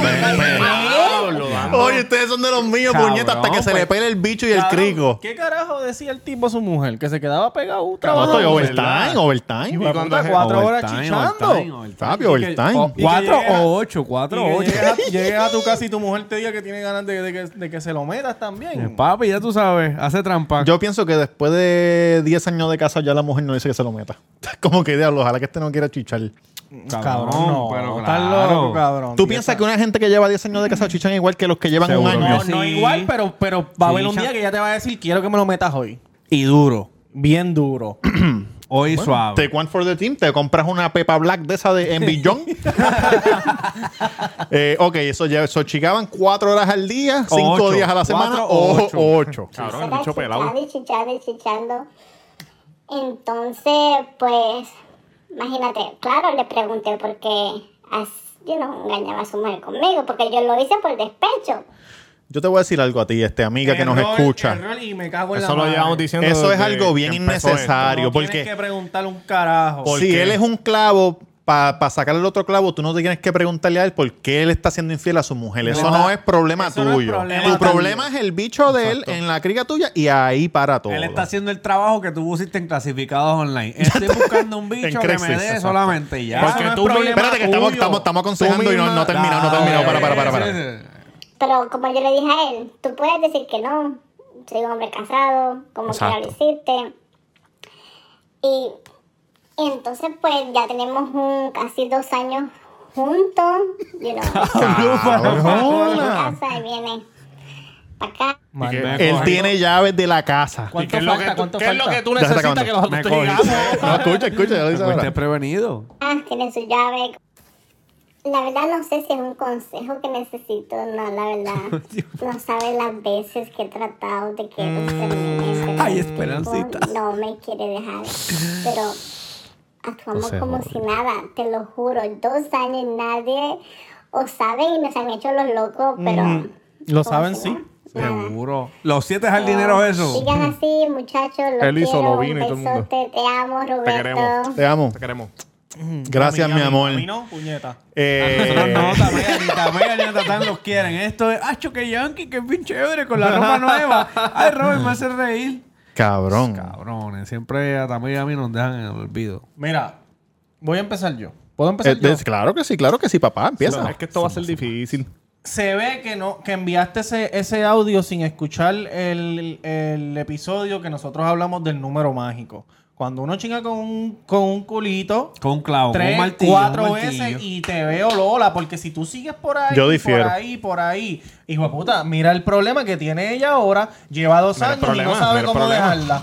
S9: durábamos-
S1: Diablo, mano.
S2: Oye, ustedes son de los míos,
S4: Cabrón,
S2: puñetas, hasta que se le
S4: pues.
S2: pele el bicho y el
S5: Cabrón,
S2: crico.
S5: ¿Qué carajo decía el tipo a su mujer? Que se quedaba pegado
S2: No, estoy
S5: trabajando.
S2: overtime, overtime.
S1: Y cuando es-
S5: cuatro horas
S4: Overtime,
S5: chichando.
S4: overtime, overtime.
S2: Fabio, overtime.
S5: y que
S4: Cuatro
S5: llega-
S4: o ocho,
S5: Y
S4: cuatro o
S5: que
S4: ocho.
S5: llegas, a- llegas a tu casa y tu mujer te diga que tiene ganas de, de que, de que se lo metas
S4: Eh,
S5: también.
S4: Papi, ya tú sabes, hace trampa.
S2: oh, Yo pienso que después de 10 años de casa ya la mujer no dice que se lo meta. Como que diablo, ojalá que este no quiera chichar.
S5: no,
S4: pero
S5: estás
S4: claro.
S5: loco, cabrón.
S2: ¿Tú piensas que una gente que lleva 10 años de casa chichan igual que los que llevan un
S1: Seguro
S2: año?
S5: No, no
S4: Sí.
S5: igual, pero, pero va a haber un
S4: Chicha.
S5: día que ella te va a decir, quiero que me lo metas hoy.
S4: Y duro.
S5: Bien duro.
S4: Hoy suave.
S2: Take one for the team, te compras una Pepa Black de esa de Envy John. Eh, ok, eso ya, eso chicaban cuatro horas al día,
S4: O
S2: cinco
S4: ocho.
S2: días a la semana
S4: Cuatro
S2: o
S4: o
S2: ocho.
S4: ocho.
S1: Cabrón, el
S9: Era
S1: bicho pelado.
S9: chichando y chichando y chichando. Entonces, pues, imagínate, claro, le pregunté por qué as- yo no engañaba a su mujer conmigo, porque yo lo hice por despecho.
S2: Yo te voy a decir algo a ti, este amiga que nos
S5: Error,
S2: escucha.
S5: error, y me cago en la
S1: Eso lo
S5: madre.
S1: llevamos diciendo.
S2: Eso es
S1: desde
S2: algo bien
S1: que empezó
S5: No
S2: innecesario.
S5: tienes
S2: porque-
S5: que preguntarle un carajo.
S2: Si él es un clavo, para sacar el otro clavo, tú no te tienes que preguntarle a él por qué él está siendo infiel a su mujer. Eso no, es problema
S5: eso
S2: tuyo.
S5: no es problema
S2: tu
S5: tuyo.
S2: problema es el bicho de él en la crica tuya y ahí para todo.
S4: Él está haciendo el trabajo que tú pusiste en clasificados online. Estoy buscando un
S2: En
S4: bicho que me
S2: Craigslist,
S4: dé
S2: exacto.
S4: solamente y ya.
S1: Porque
S4: Eso no es
S1: tú
S4: problema
S2: Espérate que estamos,
S4: tuyo.
S2: estamos, estamos aconsejando y no, no terminado, no terminado. Para, para, para, para.
S4: Sí, sí, sí.
S9: Pero como yo le dije a él, tú puedes decir que no, soy un hombre casado, como que ya lo hiciste. Y entonces, pues, ya tenemos un- casi dos años juntos, you know,
S4: Ah,
S9: en
S2: Cabrona.
S9: casa y viene para acá.
S1: Y que-
S2: Él tiene llaves de la casa.
S1: ¿Y qué es lo que tú- qué es lo que tú
S2: Ya se está
S1: necesitas
S2: acabando.
S1: que nosotros
S4: Me
S1: te
S4: cogiste.
S1: digamos?
S2: No, escucha, escucha, ya lo dice
S4: Fuiste
S2: ahora.
S4: prevenido.
S9: Ah, tiene su llave. La verdad no sé si es un consejo que necesito, no, la verdad. No sabes las veces que he tratado de que nos
S1: Mm.
S9: termine, pero
S4: Ay,
S9: el tipo
S4: Esperancita.
S9: No me quiere dejar, pero actuamos como si nada, te lo juro. Dos años nadie o saben y nos han hecho los locos, pero...
S1: Mm.
S5: Lo
S9: como
S5: saben,
S9: si
S5: sí.
S9: nada.
S4: Seguro. Los siete
S9: Ah.
S4: jardineros esos.
S9: Sigan así, muchachos. Los
S1: Él hizo,
S9: quiero,
S1: lo
S9: un
S1: vino y todo el mundo.
S9: besote, Te amo, Roberto.
S1: queremos.
S2: Te amo.
S1: Te queremos.
S2: Gracias, mi amor.
S5: A mí no, puñeta.
S4: Nosotros
S2: Eh,
S4: no, Tamea, ni Tamea ni Tatán los quieren. Esto es, ah, que Yankee, que es bien chévere con la ropa nueva. Ay, Robert, me hace reír.
S2: Cabrón.
S4: Cabrones, siempre a Tamea y a mí nos dejan en el olvido.
S5: Mira, voy a empezar yo. ¿Puedo empezar
S2: Eh,
S5: yo?
S2: eh, Claro que sí, claro que sí, papá.
S1: No,
S2: Empieza.
S1: Es que esto va a ser difícil.
S5: Se ve que no que enviaste ese, ese audio sin escuchar el, el episodio que nosotros hablamos del número mágico. Cuando uno chinga con un, con un culito,
S4: Con un clavo, con
S5: tres,
S4: un martillo.
S5: cuatro
S4: un
S5: veces
S4: martillo.
S5: y te veo Lola, porque si tú sigues por ahí,
S2: Yo
S5: por
S2: difiero.
S5: ahí, por ahí, hijo de puta, mira el problema que tiene ella ahora, lleva dos
S1: Mira el
S5: años y
S1: problema,
S5: no sabe
S1: mira el
S5: cómo
S1: problema.
S5: dejarla.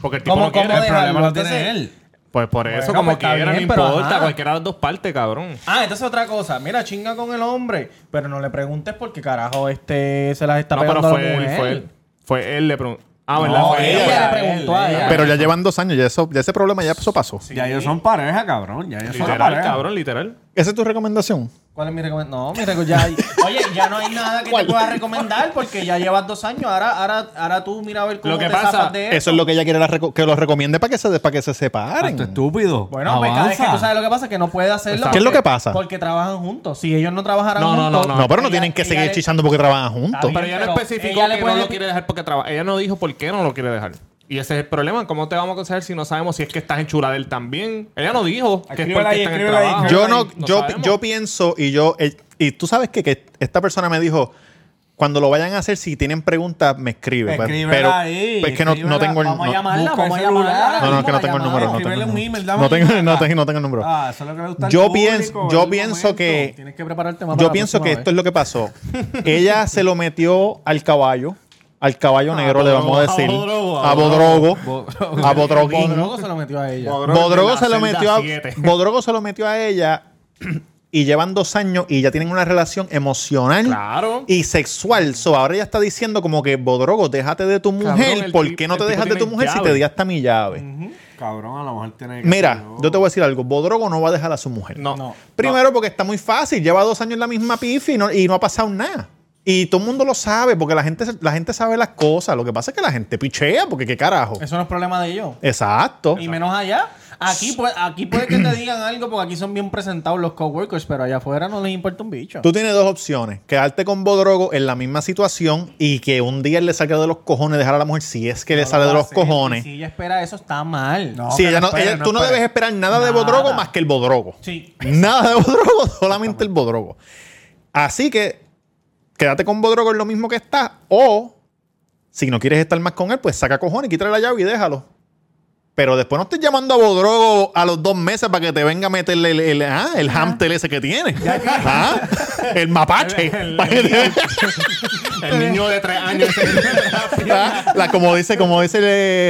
S1: Porque el tipo
S5: ¿Cómo,
S1: no quiere.
S5: cómo
S4: el problema
S5: dejarlo?
S4: lo tiene
S5: Entonces,
S4: él.
S1: Pues por
S5: Bueno,
S1: eso, como
S5: pues está
S1: quiera, no
S5: bien, pero
S1: importa.
S5: ajá.
S1: Cualquiera de las dos partes, cabrón.
S5: Ah, entonces otra cosa. Mira, chinga con el hombre. Pero no le preguntes por qué carajo este se las está
S1: No, pero
S5: pegando a
S1: fue
S5: la
S1: él,
S5: mujer.
S1: fue él. Fue él, le preguntó. Ah, ¿verdad?
S5: No,
S1: Fue
S5: ella,
S1: ella.
S5: le preguntó a él.
S2: Pero ya llevan dos años, ya, eso, ya ese problema ya eso pasó.
S4: Ya ellos son pareja, cabrón. Ya ellos son
S1: Literal,
S4: pareja.
S1: cabrón, literal.
S2: ¿Esa es tu recomendación?
S5: ¿Cuál es mi recomendación? No, mi reco- ya hay- Oye, ya no hay nada que te pueda recomendar porque ya llevas dos años. Ahora, ahora, ahora tú mira a ver cómo
S1: Lo que
S5: te
S1: pasa-
S5: zafas de
S2: Eso es lo que ella quiere la reco- que los recomiende para que se, para que se
S4: Ah,
S2: separen.
S4: tú estúpido.
S5: Bueno, pues cada vez que
S4: Avanza.
S5: tú sabes lo que pasa, que no puede hacerlo.
S2: ¿Qué es lo
S5: porque-
S2: que pasa?
S5: Porque trabajan juntos. Si ellos no trabajaran
S1: No, no,
S5: juntos.
S1: no,
S2: no, pero no
S5: ella-
S2: tienen que
S5: ella
S2: seguir
S5: le-
S2: chichando porque trabajan juntos.
S5: Está
S1: Pero
S5: bien,
S1: ella no
S5: pero
S1: especificó
S5: ella le
S1: que
S5: puede-
S1: no lo quiere dejar porque trabaja. Ella no dijo por qué no lo quiere dejar. Y ese es el problema. ¿Cómo te vamos a aconsejar si no sabemos si es que estás en chula de él también? Ella no dijo que es
S3: Escríbela
S1: porque
S3: ahí,
S1: está en el
S3: escríbela ahí,
S1: trabajo.
S3: escríbela
S2: Yo no, yo,
S1: sabemos.
S2: yo pienso y yo eh, y tú sabes que, que esta persona me dijo cuando lo vayan a hacer si tienen preguntas me escribe, Pues,
S4: Escríbela
S2: pero
S4: ahí,
S2: pues es que no, no
S4: escríbela.
S2: tengo el
S5: Vamos a
S2: no-
S5: llamarla,
S4: busca el
S5: vamos a llamarla.
S4: celular.
S2: no, no, es que no
S5: Vamos a
S2: tengo el número, no
S5: llamarla.
S2: tengo el
S4: Escríbele un email,
S2: número.
S4: dame
S2: No
S4: un
S2: tengo,
S4: email
S2: no
S4: acá.
S2: tengo- no tengo el número.
S4: Ah, eso es lo que le gusta al
S2: Yo
S4: público,
S2: pienso-
S4: en
S2: yo
S4: el
S2: pienso
S4: momento.
S2: que-
S5: Tienes que prepararte más para
S2: Yo
S5: la
S2: pienso que
S5: próxima
S2: esto es
S5: vez.
S2: lo que pasó. Ella se lo metió al caballo, al caballo negro, le vamos a decir.
S1: Bodrogo,
S2: A
S1: a
S2: Bodrogo. A Bodroguín.
S5: Bodrogo se lo metió a ella.
S2: Bodrogo
S1: de
S2: se
S1: la
S2: lo metió
S1: celda
S2: a
S1: siete.
S2: Bodrogo se lo metió a ella y llevan dos años y ya tienen una relación emocional
S1: Claro.
S2: y sexual. So, ahora ella está diciendo como que Bodrogo, déjate de tu
S1: Cabrón,
S2: mujer.
S1: el
S2: ¿Por
S1: tip-
S2: qué no
S1: el
S2: te
S1: tipo
S2: dejas de tu
S1: tiene
S2: mujer si
S1: llave.
S2: te di hasta mi llave?
S4: Cabrón, a lo mejor tiene que.
S2: Mira, yo te voy a decir algo. Bodrogo no va a dejar a su mujer.
S1: No.
S2: Primero porque está muy fácil. Lleva dos años en la misma pifi y no, y no ha pasado nada. Y todo el mundo lo sabe porque la gente, la gente sabe las cosas. Lo que pasa es que la gente pichea porque qué carajo.
S5: Eso no es problema de ellos.
S2: Exacto.
S5: Y menos allá. Aquí, pues, aquí puede que te digan algo porque aquí son bien presentados los coworkers, pero allá afuera no les importa un bicho.
S2: Tú tienes dos opciones. Quedarte con Bodrogo en la misma situación y que un día él le salga de los cojones dejar a la mujer si es que le
S5: No
S2: sale
S5: lo
S2: de los
S5: hace.
S2: cojones.
S5: Si ella espera eso, está mal.
S4: No.
S2: Sí,
S4: que
S2: ella no-
S4: espere,
S2: ella-
S4: no
S2: tú no
S4: espere.
S2: debes esperar nada, de
S5: Nada.
S2: Bodrogo más que el Bodrogo.
S5: Sí.
S2: Nada de Bodrogo, solamente el Bodrogo. Así que quédate con Bodrogo en lo mismo que está. O si no quieres estar más con él, pues saca cojones, quítale la llave y déjalo. Pero después no estés llamando a Bodrogo a los dos meses para que te venga a meterle el, el, ah, el hamster ese que tiene. Ah, El mapache. Para que te-
S1: El niño de tres años.
S2: Ah, la- como dice, como dice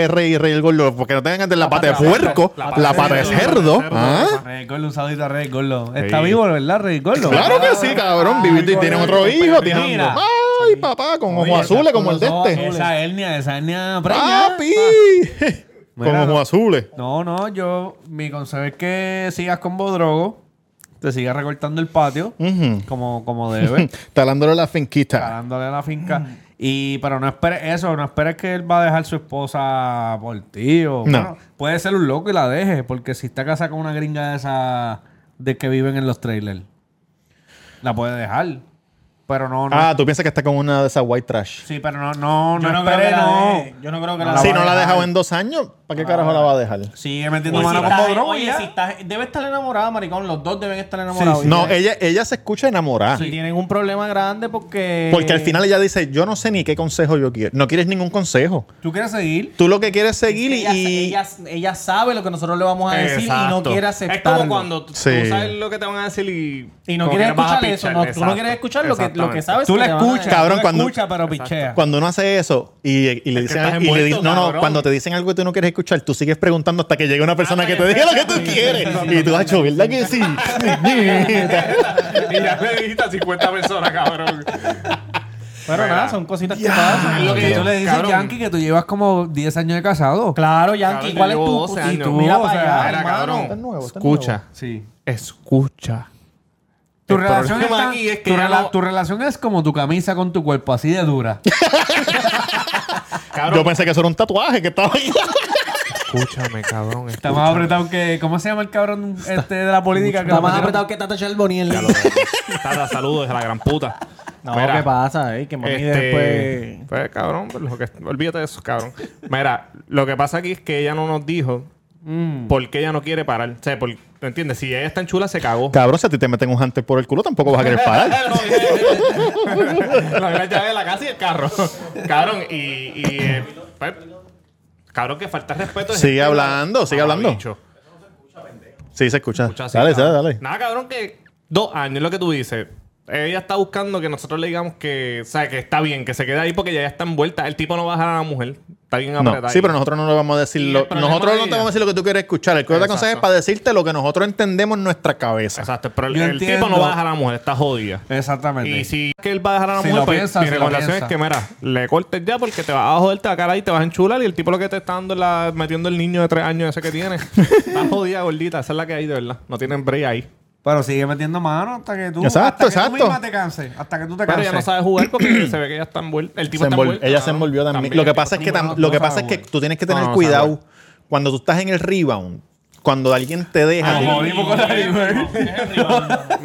S2: el rey, rey el gordo, porque no tengan la pata de puerco, la pata de cerdo. Ah,
S4: Rey Gordo, un saludito a Rey Gordo. Está
S1: Sí.
S4: vivo, ¿verdad, Rey Gordo?
S2: Claro que sí, cabrón. Vivito y tienen otro hijo. tienen-
S4: Mira.
S2: Ay, papá, con ojos azules como el de este. Ah,
S4: Ah. Esa hernia, esa hernia preña.
S2: ¡Papi! Con
S4: Mira,
S2: ojos
S4: no.
S2: azules.
S4: No, no, yo, mi consejo es que sigas con Bodrogo, te sigas recortando el patio,
S2: Ujú.
S4: como, como debe,
S2: Talándole la finquita.
S4: parándole a la finca.
S5: Mm.
S4: Y, pero no esperes eso, no esperes que él va a dejar su esposa por ti. O,
S2: No.
S4: bueno, puede ser un loco y la deje, porque si está casada con una gringa de esa de que viven en los trailers, la puede dejar. Pero no, no.
S2: Ah, tú piensas que está con una de esas white trash.
S4: sí, pero no, no, no,
S5: Yo no, creo
S4: esperes,
S5: que la
S4: no.
S5: deje. Yo no creo que
S4: No
S5: la
S4: la
S2: Si
S5: deje.
S2: no la ha dejado en dos años, ¿para qué carajo la va a dejar?
S4: Sigue metiendo
S5: Oye, si
S4: mano con
S5: estás-
S4: Bodrogo y
S5: oye,
S4: ya.
S5: si estás- debe estar enamorada, maricón. Los dos deben estar enamorados.
S2: No,
S5: Y
S2: ella, ella se escucha enamorada.
S5: si tienen un problema grande porque...
S2: Porque al final ella dice, yo no sé ni qué consejo yo quiero. No quieres ningún consejo.
S4: ¿Tú quieres seguir?
S2: Tú lo que quieres es seguir
S5: Ella,
S2: y...
S5: ella, ella sabe lo que nosotros le vamos a decir y no
S1: Exacto.
S5: quiere
S1: Es
S5: aceptarlo.
S1: como cuando tú, tú
S2: Sí.
S1: sabes lo que te van a decir y...
S5: Y no
S1: como
S5: quieres
S1: que vas a
S5: escuchar eso.
S1: pichar.
S5: no, tú no
S1: Exacto.
S5: quieres escuchar lo que, lo que
S1: Exactamente.
S5: sabes.
S4: Tú
S5: que
S4: la
S5: te van a
S4: escuchas,
S5: decir.
S2: Cabrón,
S4: tú la
S2: cuando-
S4: escuchas, pero pichea.
S2: Cuando uno hace eso y, y le
S1: estás
S2: dicen, y le
S1: envuelto,
S2: dicen- no, no,
S1: cabrón.
S2: cuando te dicen algo que tú no quieres escuchar, tú sigues preguntando hasta que llegue una persona que te diga lo que tú quieres. Y tú, hacho, ¿verdad que sí?
S1: y ya le dijiste a 50 personas, cabrón.
S5: Pero nada, son cositas que pasan.
S1: Es lo que
S4: Tú le dices,
S1: Cabrón.
S4: Yankee, que tú llevas como 10 años de casado.
S5: Claro,
S1: Cabrón,
S5: Yankee,
S1: yo
S5: ¿cuál es
S1: llevo
S5: tu?
S1: 12
S5: y
S1: años.
S5: tú mira
S4: O
S5: para
S4: sea,
S5: allá,
S1: Era,
S5: hermano.
S1: cabrón.
S2: nuevo, está
S1: Escucha.
S4: Sí.
S1: Escucha.
S4: Tu
S1: El
S4: relación,
S1: problema
S4: está-
S1: aquí es que
S4: tu,
S1: ya
S4: rela-
S1: no-
S4: tu relación es como tu camisa con tu cuerpo, así de dura.
S1: Cabrón,
S2: Yo pensé que eso era un tatuaje que estaba ahí.
S1: escúchame, cabrón.
S4: Está más apretado que... ¿Cómo se llama el cabrón este de la política? que
S5: Está
S4: lo
S5: más
S4: metieron?
S5: apretado que Tata Charboniel.
S1: Tata, saludos a la gran puta.
S5: No,
S1: Mira,
S5: ¿qué pasa? eh? que mami
S1: este,
S5: después...
S1: Pues, cabrón, pues, lo que- olvídate de eso, cabrón. Mira, lo que pasa aquí es que ella no nos dijo
S2: Mm.
S1: por qué ella no quiere parar. O sea, por, ¿me entiendes? Si ella está en chula, se cagó.
S2: Cabrón, si a ti te meten un hunter por el culo, tampoco vas a querer parar.
S1: la llave de la casa y el carro. cabrón, y... y eh, pues, cabrón, que falta respeto. de
S2: Sigue
S1: gente,
S2: hablando, sigue hablando.
S1: mamabicho.
S2: Sí, se escucha.
S1: Escucha así,
S2: dale, dale,
S1: cabrón.
S2: dale.
S1: Nada, cabrón, que dos años, lo que tú dices. Ella está buscando que nosotros le digamos que, o sea, que está bien, que se quede ahí porque ya está envuelta. El tipo no va a dejar a la mujer. Está bien apretada.
S2: No, sí, pero nosotros no le vamos a decir
S1: Y
S2: lo,
S1: el problema
S2: Nosotros
S1: de
S2: no te
S1: ella.
S2: vamos a decir lo que tú quieres escuchar. El cuerpo de
S1: Exacto.
S2: consejo es para decirte lo que nosotros entendemos en nuestra cabeza.
S1: Exacto, pero el,
S4: Yo
S1: el
S4: entiendo.
S1: tipo no va a dejar a la mujer, está jodida.
S4: Exactamente.
S1: Y si es que él va a dejar a la
S4: Si
S1: mujer,
S4: lo
S1: pues,
S4: piensa,
S1: mi
S4: si lo
S1: recomendación es
S4: piensa.
S1: que, mira, le cortes ya porque te vas a joder, te va a caer ahí, te vas a enchular y el tipo lo que te está dando es la, metiendo el niño de tres años ese que tiene. está jodida, gordita, esa es la que hay, de verdad. No tienen break ahí.
S4: Pero sigue metiendo mano hasta que tú.
S2: Exacto,
S4: hasta que
S2: exacto.
S4: tú misma te canses. Hasta que tú te
S1: Pero
S4: canses.
S1: ella no sabe jugar porque se ve que ella está envuelta. El tipo
S2: Se
S1: está
S2: envol-
S1: envuelto.
S2: ella se envolvió también.
S1: También
S2: Lo
S1: el
S2: que
S1: tipo
S2: pasa es que
S4: está
S2: tam-
S4: envuelto,
S2: lo que
S4: no
S2: pasa es
S4: sabe
S2: que tú tienes que tener
S1: No, no
S2: cuidado
S1: sabe.
S2: cuando tú estás en el rebound, cuando alguien te deja.
S4: Como dijo con la River.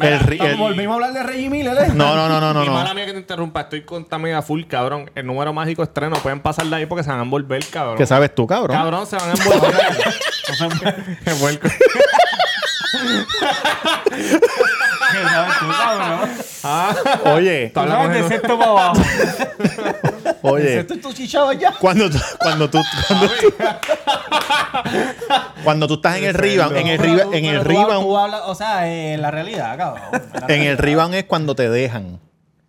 S2: el ri- el-
S5: Volvimos a hablar de Reggie Miller, ¿eh?
S2: no, no, no, no, no.
S1: Y
S2: no.
S1: mala mía que te interrumpa, estoy con Tamega Full, cabrón. El número mágico estreno, pueden pasar de ahí porque se van a envolver, cabrón.
S2: ¿Qué sabes tú, cabrón?
S1: Cabrón, se van a envolver. Se vuelco. Ah,
S2: Oye,
S1: Tú hablas con el-
S4: sexto para abajo.
S2: oye.
S5: Esto es tu chichaba ya.
S2: Cuando tú, cuando tú, cuando tú, cuando tú estás en el rebound, en el
S5: Pero
S2: rebound,
S5: tú-
S2: en el
S5: pero tú hab- tú
S2: rebound,
S5: hablas- O sea, eh, la realidad, cabrón. La
S2: en el rebound es cuando te dejan.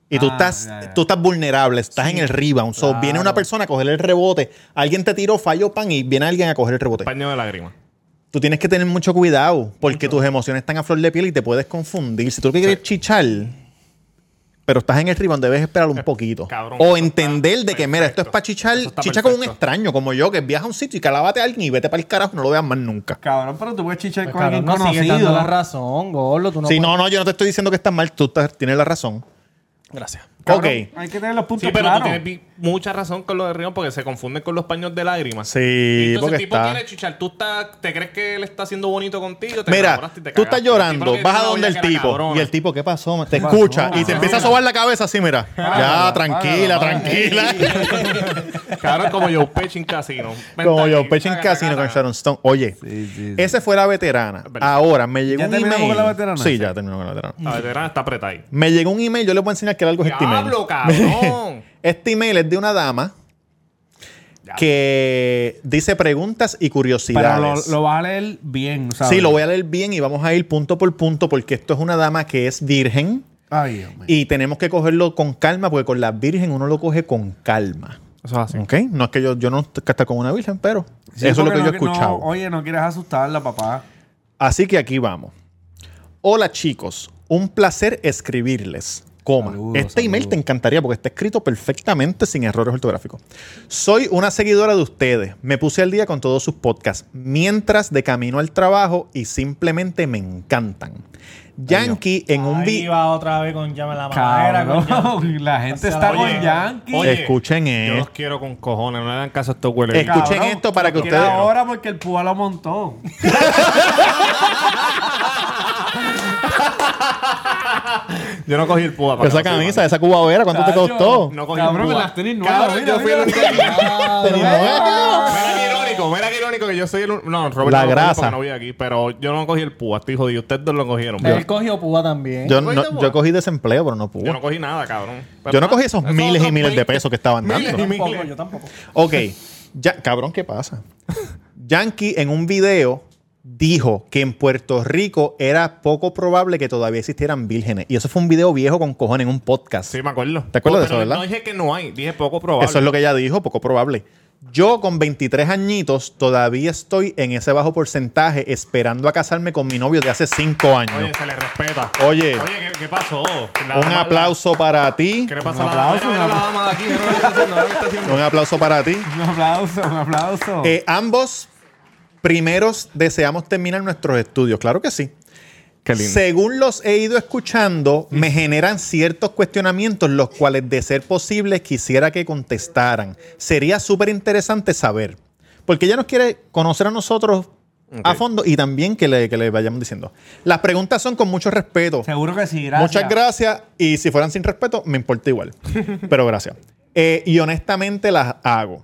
S2: Y tú
S4: Ah,
S2: estás,
S4: ya, ya.
S2: tú estás vulnerable, estás en el rebound. So, viene una persona a coger el rebote, alguien te tiró, falló pan y viene alguien a coger el rebote.
S1: Paño de lágrimas.
S2: Tú tienes que tener mucho cuidado porque tus emociones están a flor de piel y te puedes confundir. Si tú quieres chichar, pero estás en el rebound, debes esperar un poquito.
S1: cabrón,
S2: o
S1: eso
S2: entender de que, mira, esto es
S1: perfecto.
S2: para chichar.
S1: Eso está
S2: Chicha con un
S1: perfecto.
S2: extraño como yo, que viaja a un sitio y calábate a alguien y vete para el carajo, no lo veas más nunca.
S4: Cabrón, pero tú puedes chichar con
S5: Pues Cabrón,
S4: alguien
S5: no sigue dando la
S4: conocido.
S5: razón, Gordo. Tú no
S2: si
S5: puedes-
S2: no, no, yo no te estoy diciendo que estás mal, tú estás- tienes la razón.
S5: Gracias.
S4: Cabrón,
S2: Ok.
S4: Hay que tener los puntos
S1: Sí, pero tú
S4: claros.
S1: tienes vi- mucha razón con lo de Rion porque se confunden con los paños de lágrimas.
S2: Sí,
S1: Entonces
S2: porque
S1: el tipo
S2: está.
S1: quiere chichar, tú estás, te crees que él está haciendo bonito contigo, te
S2: Mira,
S1: enamoraste y te
S2: tú
S1: cagaste.
S2: estás
S1: El tipo lo
S2: llorando,
S1: que
S2: vas a
S1: dijo
S2: donde
S1: ya
S2: el
S1: que era
S2: tipo.
S1: cabrona.
S2: Y el tipo, ¿qué pasó? Te
S4: Ah,
S2: escucha y te empieza a sobar la cabeza así, mira. Ya, tranquila, tranquila.
S1: Cabrón, como Joe Pesci en Casino. Vente
S2: Como
S1: aquí,
S2: yo, Peche en
S1: taca,
S2: Casino
S1: taca,
S2: con
S1: taca.
S2: Sharon Stone. Oye, esa fue la veterana.
S1: verdad.
S2: Ahora me llegó
S4: ¿Ya
S2: un
S4: terminamos
S2: email.
S4: con la veterana?
S2: Sí, ya terminó con la veterana.
S1: La veterana está apretada ahí.
S2: Me llegó un email, yo le voy a enseñar que algo es este email.
S1: ¡Diablo, cabrón!
S2: este email es de una dama que dice preguntas y
S4: Pero lo,
S2: curiosidades.
S4: lo vas a leer bien, ¿sabes?
S2: sí, lo voy a leer bien y vamos a ir punto por punto porque esto es una dama que es virgen
S4: Ay, Dios mío.
S2: y tenemos que cogerlo con calma porque con la virgen uno lo coge con calma.
S1: Eso es así.
S2: ¿Ok? No es que yo, yo no esté con una virgen, pero
S4: Sí,
S2: eso es lo que
S4: porque
S2: yo he
S4: no-
S2: escuchado.
S4: no, oye, no quieres asustarla, papá.
S2: Así que aquí vamos. Hola chicos, un placer escribirles. Coma.
S4: Saludos,
S2: este email
S4: saludos.
S2: te encantaría porque está escrito perfectamente sin errores ortográficos. Soy una seguidora de ustedes. Me puse al día con todos sus podcasts mientras de camino al trabajo y simplemente me encantan. Yankee en un
S5: Ahí
S2: video.
S5: va otra vez con llame la madera. con llama-
S4: Cabrón, la gente está
S5: Oye,
S4: con Yankee.
S1: oye,
S2: Escuchen
S1: Yo los
S2: esto.
S1: quiero con cojones, no le dan caso a estos hueles.
S2: Escuchen esto para que
S4: lo quiere
S2: ustedes-
S4: ahora porque el púa lo montó.
S1: Yo no cogí el púa para
S2: Esa
S1: que no sepan.
S2: camisa, esa cubavera, ¿cuánto te
S4: Chacho,
S2: costó?
S1: No cogí
S4: Cabrón,
S1: el púa.
S4: las tenis nuevas,
S1: Cabrón,
S4: mira,
S1: yo fui el
S4: mira.
S1: único que-
S2: Te digo, "Ah".
S1: Mira qué irónico, mira qué irónico que yo soy el un- No, Robert
S2: La
S1: no lo cogió
S2: grasa.
S1: porque no vi aquí, pero yo no cogí el púa, estoy jodido. Ustedes dos lo cogieron.
S5: Él cogió púa también.
S2: Yo, no- yo cogí desempleo, pero no pude.
S1: Yo no cogí nada, cabrón. Pero
S2: Yo no
S1: nada,
S2: cogí esos miles y
S1: otros
S2: miles de
S1: 20.
S2: pesos que estaban dando.
S1: Miles y miles.
S5: tampoco, yo tampoco.
S2: Ok. Ya, cabrón, ¿qué pasa? Yankee en un video dijo que en Puerto Rico era poco probable que todavía existieran vírgenes. Y eso fue un video viejo con cojones en un podcast.
S1: Sí, me acuerdo.
S2: ¿Te acuerdas de
S1: Pero
S2: eso, verdad?
S1: No dije que no hay, dije poco probable.
S2: Eso es lo que ella dijo, poco probable. Yo con 23 añitos todavía estoy en ese bajo porcentaje esperando a casarme con mi novio de hace 5 años.
S1: Oye, se le respeta.
S2: Oye.
S1: Oye, ¿qué, qué pasó? La
S2: un
S1: dama-
S2: aplauso para ti.
S1: ¿Qué le pasó a la dama?
S4: aplauso,
S1: Mira,
S4: un
S1: mira la dama de aquí, mira lo que está haciendo, mira lo que está haciendo.
S2: Un aplauso para ti.
S4: Un aplauso, un aplauso.
S2: Eh, ambos primeros deseamos terminar nuestros estudios, claro que sí.
S1: Qué lindo. Mm.
S2: Según los he ido escuchando, me generan ciertos cuestionamientos, los cuales, de ser posible, quisiera que contestaran. Sería súper interesante saber, porque ella nos quiere conocer a nosotros a
S1: Ok.
S2: fondo y también que le, que le vayamos diciendo. Las preguntas son con mucho respeto.
S4: Seguro que sí, gracias.
S2: Muchas gracias. Y si fueran sin respeto, me importa igual. Pero gracias. Eh, y honestamente las hago.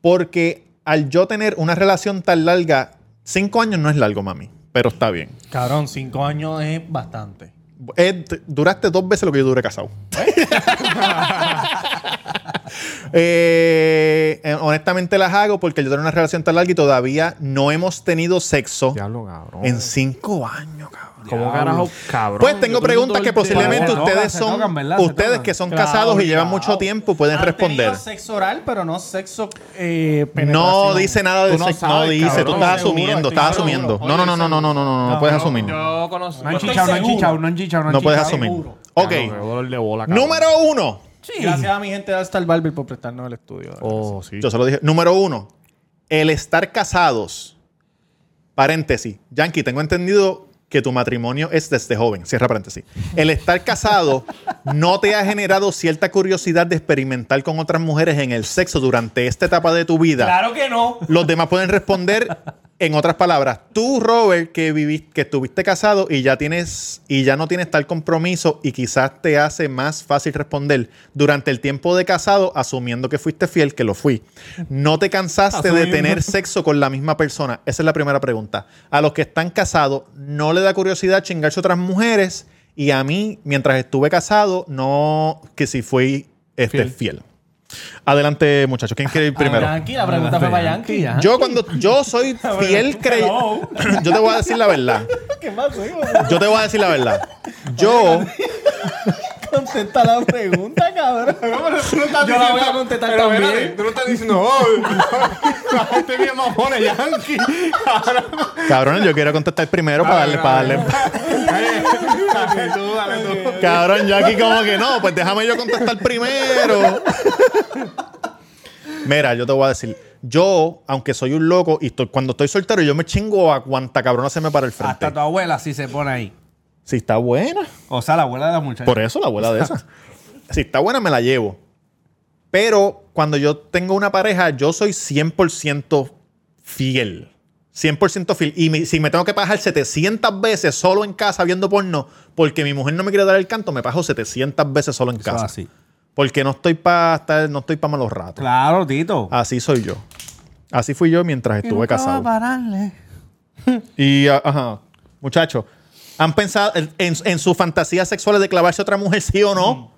S2: Porque al yo tener una relación tan larga, cinco años no es largo, mami. Pero está bien.
S5: Cabrón, cinco años es bastante.
S2: Eh, t- duraste dos veces lo que yo duré casado. Eh, eh, honestamente las hago porque yo tengo una relación tan larga y todavía no hemos tenido sexo
S1: Diablo, cabrón.
S2: en cinco años, cabrón.
S1: ¿Cómo carajo, cabrón?
S2: Pues tengo
S1: Yo
S2: preguntas
S1: todo
S2: que
S1: el tiempo-
S2: posiblemente
S4: Se tocan,
S2: ustedes
S4: se
S2: son
S4: tocan, ¿verdad? Se
S2: ustedes
S4: tocan.
S2: que son
S5: Claro,
S2: casados y llevan
S5: claro.
S2: mucho tiempo pueden
S5: Han
S2: responder.
S5: tenido sexo oral, pero no sexo eh,
S2: No
S5: penetración.
S2: dice nada de
S1: Tú no
S2: sexo. No
S1: sabes,
S2: dice, tú
S1: cabrón,
S2: estás
S1: seguro,
S2: asumiendo,
S1: estoy
S2: estás
S1: seguro.
S2: asumiendo. No, no, no, no, no, no, no, no, no puedes asumir. No
S1: Yo conozco.
S4: No han chichado, no han
S5: seguro.
S4: chichado, no han chichado, no han
S2: puedes
S4: chichado.
S2: asumir.
S5: seguro.
S2: Ok.
S1: Cabrón, qué dolor de bola, cabrón.
S2: Número uno.
S5: Gracias a mi gente de Hasta el Barber por prestarnos el estudio.
S1: Oh, sí.
S2: Yo se lo dije. Número uno. El estar casados. Paréntesis. Yankee, tengo entendido que tu matrimonio es desde joven. Cierra paréntesis. El estar casado no te ha generado cierta curiosidad de experimentar con otras mujeres en el sexo durante esta etapa de tu vida.
S5: Claro que no.
S2: Los demás pueden responder en otras palabras. Tú, Robert, que viviste, que estuviste casado y ya tienes y ya no tienes tal compromiso y quizás te hace más fácil responder durante el tiempo de casado, asumiendo que fuiste fiel, que lo fui. No te cansaste de
S5: Asumiendo.
S2: tener sexo con la misma persona. Esa es la primera pregunta. A los que están casados, ¿no le da curiosidad chingarse otras mujeres? Y a mí, mientras estuve casado, no que si fui este fiel. Adelante, muchachos. ¿Quién quiere ir primero?
S5: Yankee, Ah, la pregunta fue para Yankee.
S2: Yo cuando yo soy fiel
S5: Hello.
S2: creyente, yo te voy a decir la verdad.
S5: ¿Qué pasó? hijo?
S2: Yo te voy a decir la verdad. Yo
S5: Contesta la pregunta, cabrón. Yo la voy a contestar
S1: Pero
S5: también.
S1: espérate, tú no estás diciendo, oh, la gente bien mamona, Yankee.
S2: Cabrón, yo quiero contestar primero para darle, para darle.
S1: Dale tú, dale tú.
S2: Cabrón, yo aquí como que no, pues déjame yo contestar primero. Mira, yo te voy a decir, yo, aunque soy un loco, y estoy- cuando estoy soltero, yo me chingo a cuanta cabrona se me para el frente.
S4: Hasta tu abuela sí se pone ahí.
S2: Si está buena.
S4: O sea, la abuela de la muchacha.
S2: Por eso la abuela de esa. Si está buena, me la llevo. Pero cuando yo tengo una pareja, yo soy 100% fiel. 100% fiel. Y me- si me tengo que pajar 700 veces solo en casa viendo porno, porque mi mujer no me quiere dar el canto, me pajo 700 veces solo en
S4: Eso
S2: casa.
S4: así.
S2: Porque no estoy para no estoy para malos ratos.
S4: Claro, Tito.
S2: Así soy yo. Así fui yo mientras Ah, estuve casado.
S4: pararle.
S2: Y, ah, ajá, muchachos, ¿han pensado en, en- en sus fantasías sexuales de clavarse a otra mujer, sí o no?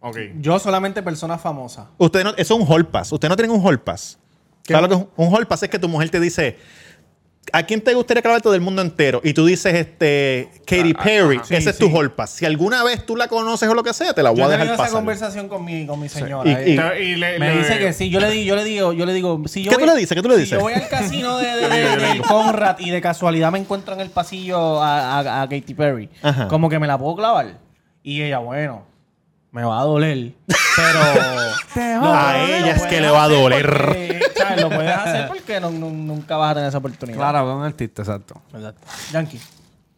S1: Ok.
S5: Yo solamente personas famosas.
S2: Usted no, eso es un hall pass. Usted no tiene un hall pass. ¿Sabes lo que es un, un hall pass? Es que tu mujer te dice, ¿a quién te gustaría clavarte del mundo entero? Y tú dices, este, Katy Perry.
S1: ajá.
S2: Ese
S1: Sí,
S2: es tu
S1: sí.
S2: hall pass. Si alguna vez tú la conoces o lo que sea, te la voy
S5: Yo
S2: a
S5: he
S2: dejar
S5: tenido esa
S2: pasar.
S5: conversación con mi, con mi señora.
S2: Y- y-
S5: eh.
S1: Y le,
S5: me
S1: le-
S5: dice que sí. Yo le, di, yo le digo, yo le digo, si yo
S2: ¿Qué tú
S5: voy,
S2: le dices? ¿Qué tú le
S5: si
S2: dices?
S5: yo voy al casino de, de- de- de Conrad y de casualidad me encuentro en el pasillo a, a- a Katy Perry,
S2: Ajá.
S5: como que me la puedo clavar. Y ella, bueno, me va a doler, pero lo
S2: A
S5: puedes-
S2: ella
S5: lo
S2: es
S5: puedes
S2: que le va a
S5: hacer
S2: doler.
S5: porque, ¿sabes? Lo puedes hacer porque no- no- nunca vas a tener esa oportunidad.
S4: Claro, con un artista, exacto.
S5: Yankee.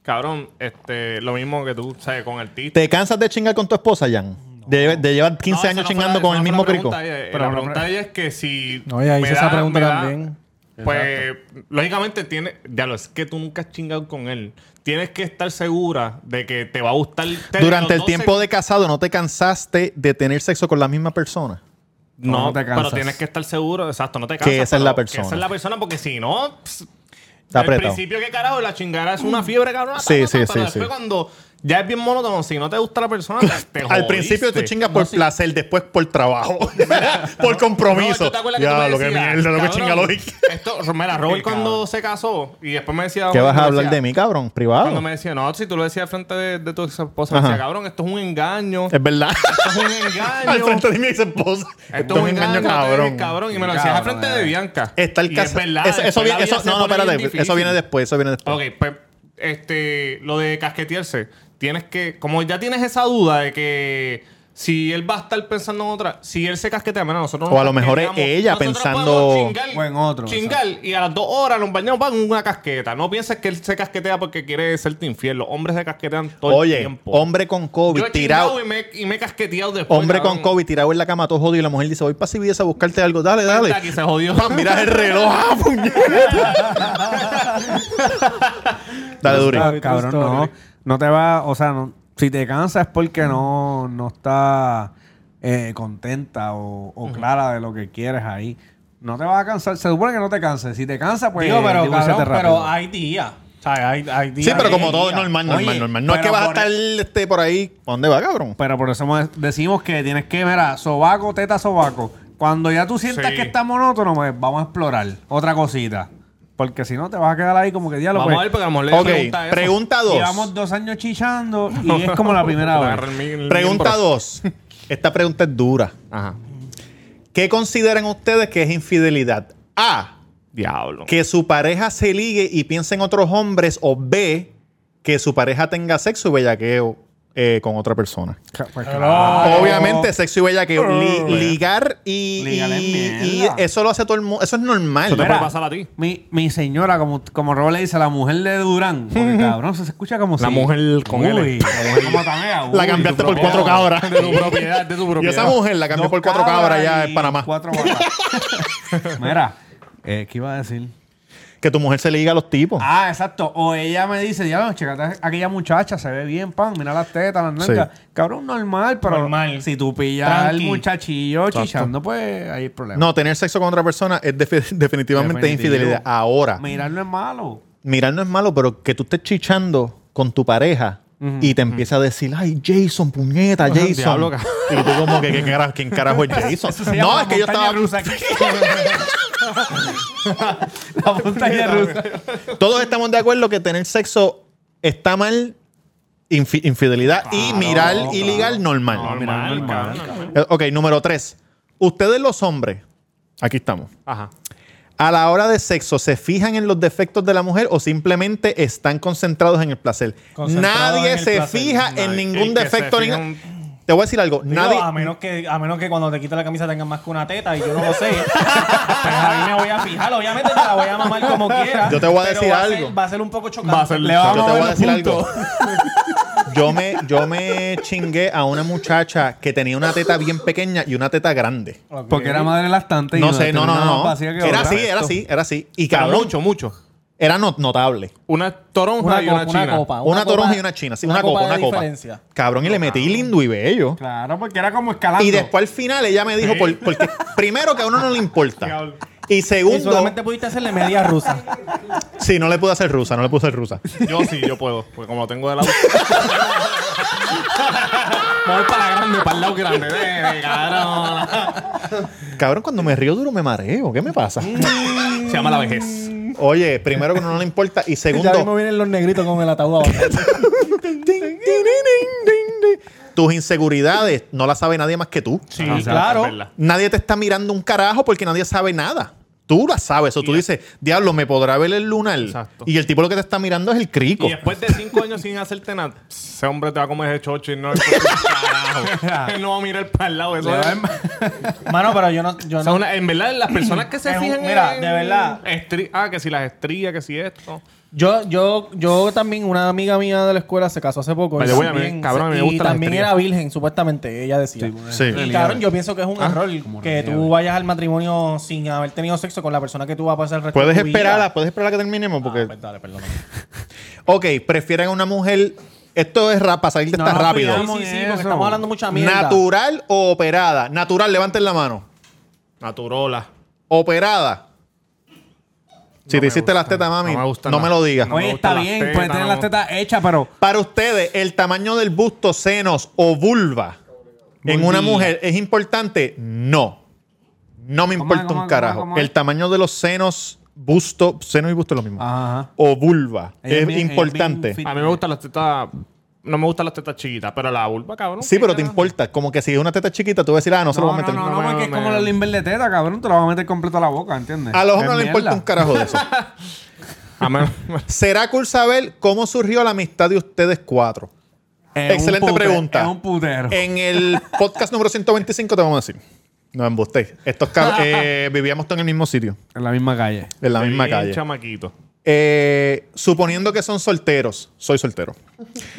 S1: Cabrón, este, lo mismo que tú, ¿sabes? Con el tito.
S2: ¿Te cansas de chingar con tu esposa, Jan? De, de llevar 15 años chingando con el mismo crico.
S1: Pero la pregunta ella es que si.
S5: No, ella
S1: me
S5: hizo esa pregunta
S1: me
S5: también.
S1: Pues, lógicamente, tiene. Ya lo es que tú nunca has chingado con él. Tienes que estar segura de que te va a gustar. te- los
S2: Durante el
S1: dos
S2: tiempo
S1: seg-
S2: de casado, ¿no te cansaste de tener sexo con la misma persona?
S1: No,
S4: No te
S1: pero
S4: cansas.
S1: tienes que estar seguro, exacto, no te
S2: Que
S1: cansas.
S2: esa es
S1: pero
S2: la
S1: que
S2: persona.
S1: esa es la persona, porque si no, pss,
S2: Está
S1: al
S2: apretado.
S1: principio, ¿qué carajo? La chingada es una fiebre, cabrón. ta,
S2: Sí,
S1: ta, ta,
S2: sí,
S1: pero
S2: sí,
S1: Después,
S2: sí.
S1: cuando ya es bien monótono, si no te gusta la persona, te
S2: Al principio tú
S1: jodiste.
S2: chingas por placer, después por trabajo, por
S1: No,
S2: compromiso.
S1: ¿tú te acuerdas tú
S2: ya,
S1: me
S2: lo que
S1: decías?
S2: mierda, lo que
S1: Cabrón,
S2: chinga hoy.
S1: Esto, mira, Robert cuando se casó y después me decía...
S2: ¿Qué vas
S1: me
S2: a hablar
S1: decía-
S2: de mí, cabrón? Privado.
S1: Cuando me decía, no, si tú lo decías frente de, de tu ex esposa, me
S2: Ajá.
S1: decía, cabrón, esto es un engaño.
S2: Es verdad.
S1: Esto es un engaño.
S2: Al frente de mi ex esposa.
S1: Esto es un engaño, cabrón. cabrón. Y me lo decías al
S4: Cabrón,
S1: frente de
S4: eh.
S1: Bianca.
S2: Está el
S1: Y
S2: caso.
S1: Es verdad.
S2: Eso, eso
S1: después la
S2: viene,
S1: vida
S2: eso,
S1: se
S2: no, no,
S1: pone bien
S2: espérate. Eso
S1: difícil.
S2: viene después. Eso viene después.
S1: Ok, pues, este, lo de casquetearse, tienes que, como ya tienes esa duda de que si él va a estar pensando en otra, si él se casquetea, mira, nosotros
S2: O a
S1: nos
S2: lo mejor es
S1: casqueteamos,
S2: ella
S1: nosotros
S2: pensando-
S1: podemos chingar,
S4: O en otro,
S1: Chingar, y a las dos horas nos bañamos para una casqueta. No pienses que él se casquetea porque quiere serte infiel. Los hombres se casquetean todo
S2: Oye,
S1: el tiempo.
S2: hombre con COVID
S1: Yo he
S2: tirado.
S1: chingado y me, y me he casqueteado después.
S2: Hombre con
S1: cabrón.
S2: COVID tirado en la cama, todo jodido. Y la mujer dice: Voy para CBS a buscarte algo. Dale, dale.
S1: Aquí se jodió.
S2: Pam, Mira el reloj. Ah, puñeta. dale, Duri.
S4: Ah, cabrón, no. No te va, o sea, no- si te cansas es porque no, no estás eh, contenta o, o clara de lo que quieres ahí. No te vas a cansar. Se supone que no te canses. Si te cansas, pues.
S5: Digo, pero,
S4: divórciate
S5: cabrón,
S4: rápido.
S5: pero hay días. O sea, hay, hay días.
S2: Sí, pero
S5: hay
S2: como todo es
S5: días.
S2: normal, normal,
S4: Oye,
S2: normal. No es
S4: pero
S2: que vas a
S4: por- e-
S2: estar este, por ahí. ¿A dónde va, cabrón?
S4: Pero por eso mo- decimos que tienes que, mira, sobaco, teta, sobaco. Cuando ya tú sientas
S1: Sí.
S4: que está monótono, pues, vamos a explorar otra cosita. Porque si no, te vas a quedar ahí como que diálogo.
S1: Vamos a ver, porque a lo mejor le
S2: Ok,
S1: pregunta eso.
S2: pregunta dos.
S4: Llevamos dos años chichando y es como la primera vez.
S1: Agarra el mi- el
S2: Pregunta
S1: miembro.
S2: 2. Esta pregunta es dura.
S1: Ajá.
S2: ¿Qué consideran ustedes que es infidelidad? A.
S1: Diablo.
S2: Que su pareja se ligue y piense en otros hombres. O B. Que su pareja tenga sexo y bellaqueo eh, con otra persona.
S4: Pues, Ah.
S5: Claro.
S2: Obviamente, sexo y bella que ligar y,
S4: Ligar es
S2: y- y
S4: mierda.
S2: eso lo hace todo el mundo. Eso es normal.
S1: Eso te
S4: Mira.
S1: puede pasar a ti.
S4: Mi, mi señora, como, como Rob le dice, la mujer de Durán. Porque, cabrón, eso se escucha como
S1: La
S4: si-
S1: mujer con
S4: Uy,
S1: L.
S4: la mujer como tamega, uy,
S2: La cambiaste
S4: tu
S2: por cuatro
S4: propiedad.
S2: cabras.
S1: De tu propiedad, de tu
S2: Y
S1: propiedad.
S2: esa mujer la cambió
S4: Dos
S2: por cuatro cabras ya
S4: y
S2: en Panamá.
S4: Cuatro cabras. Mira, eh, ¿qué iba a decir?
S2: Que tu mujer se liga a los tipos.
S4: Ah, exacto. O ella me dice, diablo, checate a aquella muchacha, se ve bien, pan, mira las tetas, las nalgas. Cabrón, normal, pero
S5: Normal.
S4: si tú pillas al
S5: Tranqui.
S4: muchachillo chichando, pues hay problema.
S2: No, tener sexo con otra persona es defi- definitivamente
S4: Definitivo.
S2: infidelidad. Ahora,
S4: Mirar no es malo.
S2: mirar no es malo, pero que tú estés chichando con tu pareja y te empieza a decir, ay, Jason, puñeta, Jason.
S1: diablo, cabrón.
S2: y tú como que, ¿qué cara- ¿quién carajo es Jason?
S4: Eso se llama
S2: no, es que yo
S4: montaña
S2: estaba...
S4: rusa. la montaña rusa.
S2: Todos estamos de acuerdo que tener sexo está mal, infi- infidelidad, y mirar y ligar normal.
S1: Normal, cabrón.
S2: Eh, Ok, número tres. Ustedes los hombres, aquí estamos,
S1: Ajá.
S2: a la hora de sexo, ¿se fijan en los defectos de la mujer o simplemente están concentrados en el placer?
S5: Concentrados en
S2: Nadie
S5: el
S2: se
S5: placer.
S2: fija en
S1: Nadie.
S2: ningún
S1: Y que se
S2: defecto. ni-
S1: fijan-
S2: Te voy a decir algo.
S5: Digo,
S2: nadie...
S5: a, menos que, a menos que cuando te quita la camisa tengas más que una teta y yo no lo sé. pues a mí me voy a fijar. Obviamente te la voy a mamar como quiera.
S2: Yo te voy a
S5: pero
S2: decir
S5: va ser-
S2: algo.
S5: va a ser un poco chocante.
S1: Va a ser-
S5: Le
S2: Yo
S5: vamos
S2: te
S5: a
S2: voy
S5: ver
S2: a
S5: los
S2: decir
S5: puntos.
S2: algo. Yo me, yo me chingué a una muchacha que tenía una teta bien pequeña y una teta grande.
S4: Porque era madre lactante. y
S2: No sé, no,
S4: tenía
S2: no,
S4: una
S2: no.
S4: más vacía que
S2: Era
S4: otra.
S2: así, era así, era así. Y
S1: Pero
S2: cabrón,
S1: mucho, mucho.
S2: era no- notable.
S1: Una toronja
S5: Una
S1: y Ah, una
S5: copa, una
S1: china.
S5: copa.
S2: Una,
S5: copa-
S2: toronja y una china, sí, una, copa,
S5: de
S2: una copa.
S5: diferencia.
S2: Cabrón, y le metí lindo y bello.
S4: Claro, porque era como escalando.
S2: Y después al final ella me dijo, por- porque primero que a uno no le importa. Y
S5: Y
S2: segundo,
S5: solamente pudiste hacerle media rusa.
S2: sí, no le pude hacer rusa, no le pude hacer rusa.
S1: Yo sí, yo puedo. Porque como lo tengo de lado. Voy para la grande, para el lado grande. Vete, cabrón.
S2: Cabrón, cuando me río duro me mareo. ¿Qué me pasa?
S5: Mm.
S1: Se llama la vejez.
S2: Oye, primero que a uno no le importa. Y
S5: ya mismo
S2: segundo,
S5: vienen los negritos con el ataúd abajo.
S2: tus inseguridades no las sabe nadie más que tú.
S5: Sí,
S1: Ah, o sea,
S5: claro.
S1: es verdad.
S2: Nadie te está mirando un carajo porque nadie sabe nada. Tú la sabes. O tú dices, diablo, me podrá ver el lunar.
S1: Exacto.
S2: Y el tipo lo que te está mirando es el crico.
S1: Y después de cinco años sin hacerte nada, ese hombre te va a comer ese chocho y no le carajo. Él no va a mirar para el lado. Eso
S4: Le
S1: es-
S4: va en-
S5: Mano, pero yo no. Yo
S1: o sea,
S5: no.
S1: una- en verdad, las personas que se
S5: Es un-
S1: fijan
S5: mira,
S1: en-
S5: de verdad.
S1: estri- ah, que si las estrías, que si esto.
S5: Yo, yo, yo también, una amiga mía de la escuela se casó hace poco.
S1: Vale,
S5: y
S1: voy a mí,
S5: también-
S1: cabrón, a mí me
S5: y
S1: gustan las
S5: también
S1: estrías.
S5: era virgen, supuestamente, ella decía.
S2: Sí.
S5: Y cabrón, yo pienso que es un
S2: Ah.
S5: error que tú vayas al matrimonio sin haber tenido sexo con la persona que tú vas a pasar el resto
S2: Puedes
S5: de tu vida.
S2: esperarla, puedes esperar a que terminemos porque...
S1: Ah,
S5: Pues dale, perdón.
S2: Ok, prefieren a una mujer... Esto es rap, para salir de
S4: No,
S2: esta rápido.
S4: cuidado.
S5: Sí, sí, sí,
S4: Eso.
S5: porque estamos hablando mucha mierda.
S2: ¿Natural o operada? Natural, levanten la mano.
S1: Naturola.
S2: Operada. Si
S1: No
S2: te
S1: me
S2: hiciste las
S1: gusta,
S2: tetas,
S1: no
S2: mami,
S1: me
S2: no
S1: gusta
S2: me,
S1: nada.
S2: lo digas.
S1: No me
S4: Oye,
S1: gustan
S4: está
S1: las
S4: bien,
S1: tetas,
S4: puede tener
S1: no.
S4: las tetas hechas, pero
S2: Para ustedes, el tamaño del busto, senos o vulva en una mujer es importante? No. No me
S4: ¿Cómo
S2: importa
S4: es, cómo
S2: un
S4: es,
S2: carajo.
S4: cómo es, cómo es?
S2: El tamaño de los senos, busto, seno y busto es lo mismo.
S4: Ajá.
S2: O vulva.
S4: Ah. Ella
S2: es
S4: bien- ella
S2: importante.
S4: bien fit.
S1: A mí me gustan las tetas. No me gustan las tetas chiquitas, pero la vulva, cabrón.
S2: sí, pero te
S1: Mira.
S2: importa. Como que si es una teta chiquita, tú vas a decir, ah, no, se lo
S4: No,
S2: voy a
S4: no,
S2: meter.
S4: no, no,
S1: No,
S4: porque
S1: no,
S4: es como
S1: no.
S4: el inverno de teta, cabrón. Te lo vas a meter completo a la boca, ¿entiendes?
S2: A los
S4: Es
S2: hombres no les importa
S4: mierda.
S2: un carajo de eso.
S1: A mí-
S2: Será cool saber cómo surgió la amistad de ustedes cuatro.
S4: Es un
S2: Excelente
S4: pute-
S2: pregunta.
S4: Es un putero.
S2: En el podcast número 125 te vamos a decir. No embustéis. Estos cab- eh, vivíamos todos en el mismo sitio,
S4: En la misma calle.
S2: en la misma
S1: bien
S2: calle.
S1: chamaquito.
S2: Eh, suponiendo que son solteros, soy soltero.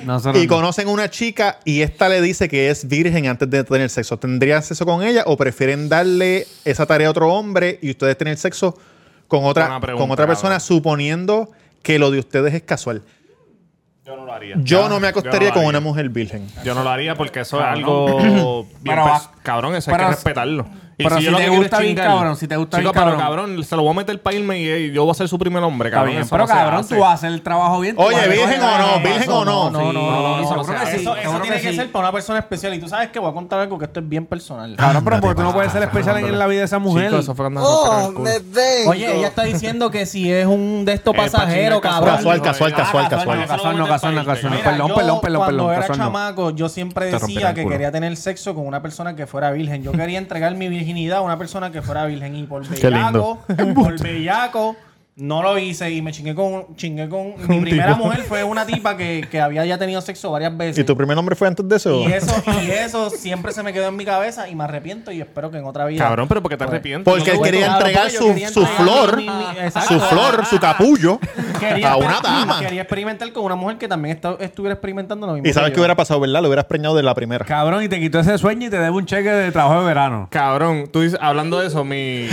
S4: Nosotros
S2: Y
S4: no.
S2: conocen una chica y esta le dice que es virgen antes de tener sexo. ¿Tendrían sexo con ella o prefieren darle esa tarea a otro hombre y ustedes tener sexo con otra,
S1: Buena pregunta,
S2: con otra persona,
S1: cabrón.
S2: suponiendo que lo de ustedes es casual?
S1: Yo no lo haría.
S2: Yo no me acostaría
S1: lo
S2: con
S1: haría.
S2: una mujer virgen.
S1: Yo no lo haría porque eso es algo bien
S4: Pero
S1: pers-
S4: va-
S1: cabrón, eso
S4: pero
S1: hay que
S4: si-
S1: respetarlo.
S4: pero si
S1: lo
S4: te
S1: que quiero
S4: gusta
S1: es
S4: bien
S1: chingar,
S4: cabrón, si te gusta
S1: chico,
S4: bien
S1: pero
S4: cabrón.
S1: cabrón, se lo voy a meter para irme y, y yo voy a ser su primer hombre,
S4: Está
S1: cabrón.
S4: bien,
S1: eso
S4: pero
S1: no se
S4: cabrón,
S1: hace.
S4: tú haces el trabajo bien. tú
S2: Oye,
S4: vas a-
S2: ¿virgen o no?
S4: Eso,
S2: ¿Virgen o no?
S4: No, no, no.
S1: Sí,
S4: no,
S1: no,
S4: seguro
S1: no,
S4: que sí,
S5: Eso, eso
S4: seguro
S5: tiene
S4: que
S5: que
S4: sí.
S5: ser para una persona especial. Y tú sabes que voy a contar algo que esto es bien personal.
S4: Cabrón, pero porque tú no puedes ser especial en la vida de esa mujer.
S1: Chico, eso fue cuando nos rompieron el culo.
S5: Oye, ella está diciendo que si es un de estos
S1: Eh,
S4: pues,
S1: pa'
S5: pasajero,
S1: chingar
S5: cabrón.
S2: Casual, casual,
S1: Ah,
S2: casual,
S4: casual,
S2: casual.
S4: no, casual, no, casual, no, casual, no.
S5: Mira,
S4: Perdón,
S5: yo
S4: perdón, perdón,
S5: cuando
S4: perdón,
S5: era
S4: casual, no.
S5: chamaco, yo siempre
S1: rompieron
S5: decía
S1: el
S5: que
S1: culo.
S5: quería tener sexo con una persona que fuera virgen. Yo quería entregar mi virginidad a una persona que fuera virgen. Y por
S2: Qué lindo.
S5: bellaco, por bellaco, No lo hice y me chingué con. Chingué con mi primera mujer fue una tipa que, que había ya tenido sexo varias veces.
S2: ¿Y tu primer nombre fue antes de eso?
S5: Y eso, y eso siempre se me quedó en mi cabeza y me arrepiento y espero que en otra vida.
S1: Cabrón, pero porque te arrepientes.
S2: Porque él
S5: Bueno,
S2: quería
S5: claro,
S2: entregar
S5: porque yo
S2: su,
S5: quería
S2: su
S5: entregar
S2: flor,
S5: mi- mi-
S2: su
S5: exacto.
S2: flor, su capullo
S5: Quería,
S2: a una
S5: exper-
S2: dama.
S5: Quería experimentar con una mujer que también esta- estuviera experimentando lo mismo.
S2: Y sabes qué
S5: yo.
S2: hubiera pasado, ¿verdad? Lo hubieras preñado de la primera.
S4: Cabrón, y te quitó ese sueño y te debe un cheque de trabajo de verano.
S1: Cabrón, tú dices, hablando de eso, mi.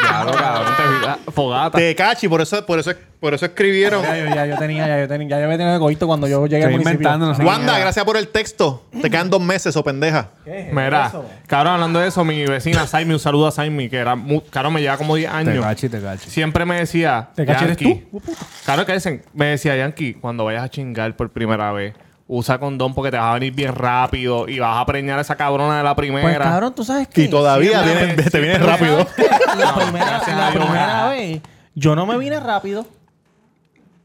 S1: Claro, cabrón, te vi- ah, fogata.
S2: Te cachi, por eso, por eso, por eso escribieron.
S5: Ya, yo, ya yo tenía, ya yo tenía, ya yo había tenido egoísta cuando yo llegué al
S4: Estoy
S5: municipio.
S4: inventando, no sé
S2: Wanda, gracias por el texto. Te quedan dos meses, o pendeja.
S5: ¿Qué es
S1: Mira,
S5: eso?
S1: cabrón, hablando de eso, mi vecina Saimi, un saludo a Saimi, que era. mu- Cabrón, me lleva como 10
S4: Te
S1: años.
S4: cachi, te cachi.
S1: Siempre me decía.
S5: ¿Te cachi eres
S1: "Yankee".
S5: tú?
S1: Claro que dicen. Me decía, Yankee, cuando vayas a chingar por primera vez, usa condón porque te vas a venir bien rápido y vas a preñar a esa cabrona de la primera.
S5: Pues cabrón, tú sabes que.
S2: Y todavía
S1: Sí,
S2: vienen-
S1: sí,
S2: te vienes
S1: pero-
S2: rápido.
S5: La primera,
S1: gracias
S5: la
S1: a Dios.
S5: primera vez, yo no me vine rápido.